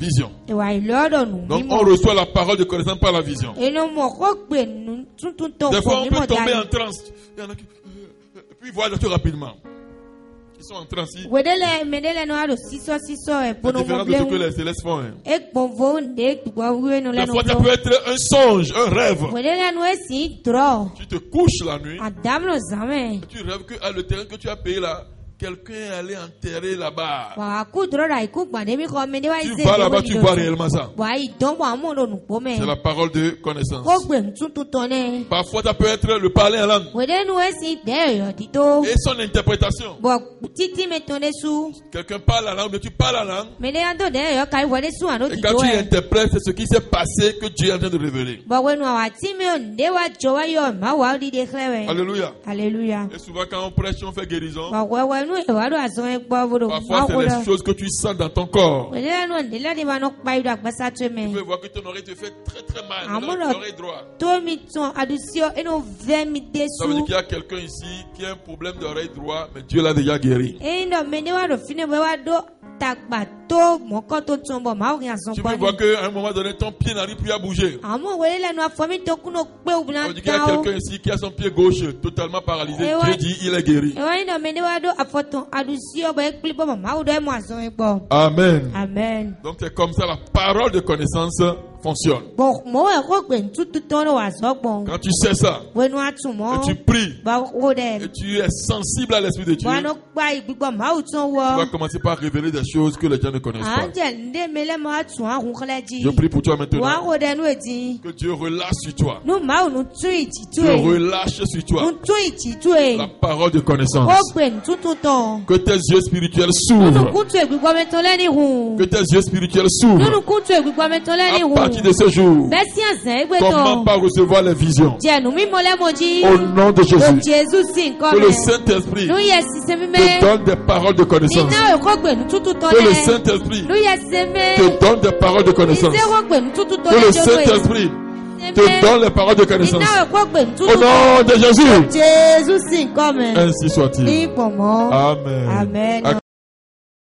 vision.
ìwà ìlú ọ̀dọ̀ nù
Donc
mímọ́.
on reçoit la parole de connaissance par la vision.
ẹnu mọ̀ kó gbè nù tuntun tó
Des
kò
fois on
mímọ́
peut tomber
dáa.
en transe. Il y en a qui... Et puis ils voient des choses rapidement. Ils sont en transe. ils-
wedele medele no alo sisɔ sisɔ
C'est différent de ce que
ebonomobilenu
les célestes font. hein.
ekpɔvo nde gbɔwue no
Des
lɛ no
fois ça
blɔ
peut être un songe, un rêve.
wedele no esi drɔ
Tu te couches la nuit,
adamu no zame
tu rêves que ah, le terrain que tu as payé là, Quelqu'un est allé enterrer là-bas.
Wa akudro ra ikugba de mi ko me de wa
Tu
ise.
vas là-bas, tu vois réellement ça.
Wa idonwo amon lo nupo me.
C'est la parole de connaissance.
Ko gbe ntun tuntun ne.
Parfois, ça peut être le parler en langue
Wede nu esi de yo dito.
et son interprétation.
Bo titi me ton de su.
Quelqu'un parle en langue, mais tu parles en langue.
Me de ando de yo kai wede su ano
Et quand
dito.
tu interprètes, c'est ce qui s'est passé que Dieu est en train de révéler.
e. Bo wenu awa ti me o de wa jo wa yo ma wa di de khlewe.
Alléluia.
Hallelujah.
Et souvent, quand on prêche, on fait guérison.
Wa wa wa nu e wa do aso e gbo bodo.
Parfois, c'est les choses que tu sens dans ton corps.
Wede nu de la de ba no pa ido agbasa tu me.
Tu peux voir que ton oreille te fait très très mal.
Ah,
Maintenant,
mon
L'oreille droite.
Tomi ton adusio eno vemi
Ça veut dire
desu.
qu'il y a quelqu'un ici qui a un problème d'oreille droite, mais Dieu l'a déjà guéri.
Eno mende wa do fine bo wa do tagba to moko to tun bo ma o rin asan
Tu peux
pa
voir
ni.
qu'à un moment donné, ton pied n'arrive plus à bouger.
Amo wele lenu afomi to kuno pe o
Ça
blan
veut dire qu'il y a
ta o.
quelqu'un ici qui a son pied gauche totalement paralysé.
Eh ouais.
Dieu dit, il est guéri.
Ewa eno mende E wa do afoton adusio bo ekpli bo ma o do emo asan e gbo.
Amen.
Amen.
Donc c'est comme ça, la parole de connaissance fonctionne.
Bo mo e ko gbe ntutu ton lo wa so gbo.
Quand tu sais ça,
Wenu atun mo.
et E tu pries,
Ba o
et
de.
tu es sensible à l'Esprit de Dieu,
Bo ano pa igbigbo ma o tun
tu vas
wo.
commencer par révéler des choses que les gens ne connaissent pas.
Anje nde mele mo atun arun kle ji.
Je prie pour toi
Wa
maintenant.
o de nu edi.
Que Dieu relâche sur toi.
nu maaw nu tún ìtìtú
Dieu
ẹ
relâche sur
nu
toi
tún ìtìtú ẹ
la parole de
ó
connaissance.
gbè ní tuntun tán
Que tes yeux spirituels
nínú
s'ouvrent.
kútu ègbígbọ́ mẹ́tọ́ lẹ́ni hùn
Que tes yeux spirituels
nínú
s'ouvrent.
kútu ègbígbọ́ mẹ́tọ́ lẹ́ni
À
hùn
partir de ce jour,
bẹ́ẹ̀ sí àzẹ́ ẹgbẹ́
comment
tán
pas recevoir les visions
jẹ̀nu mímọ́ lẹ́mọ̀jì
Au nom de
ó
Oh, Jésus.
jésù sí nǹkan
Que le
mẹ́
Saint-Esprit
nu yẹ ṣiṣẹ́
te
mímẹ́
donne des paroles de connaissance.
iná ẹ̀kọ́ gbè ní tuntun tán
Que le
lẹ́
Saint-Esprit
nu yẹ ṣiṣẹ́ mẹ́
te donne des paroles de connaissance.
iṣẹ́ ẹ̀kọ́ gbè ní tuntun tán
Que le
lẹ́ jọ́lọ́
Saint-Esprit
ẹ̀
te donne les paroles de connaissance.
iná ẹ̀kọ́ gbè ní
Au
tuntun tán
nom de Jésus.
jésù sí nǹkan mẹ́
Ainsi
ní
soit-il.
ìpọ̀mọ́
Amen.
Amen.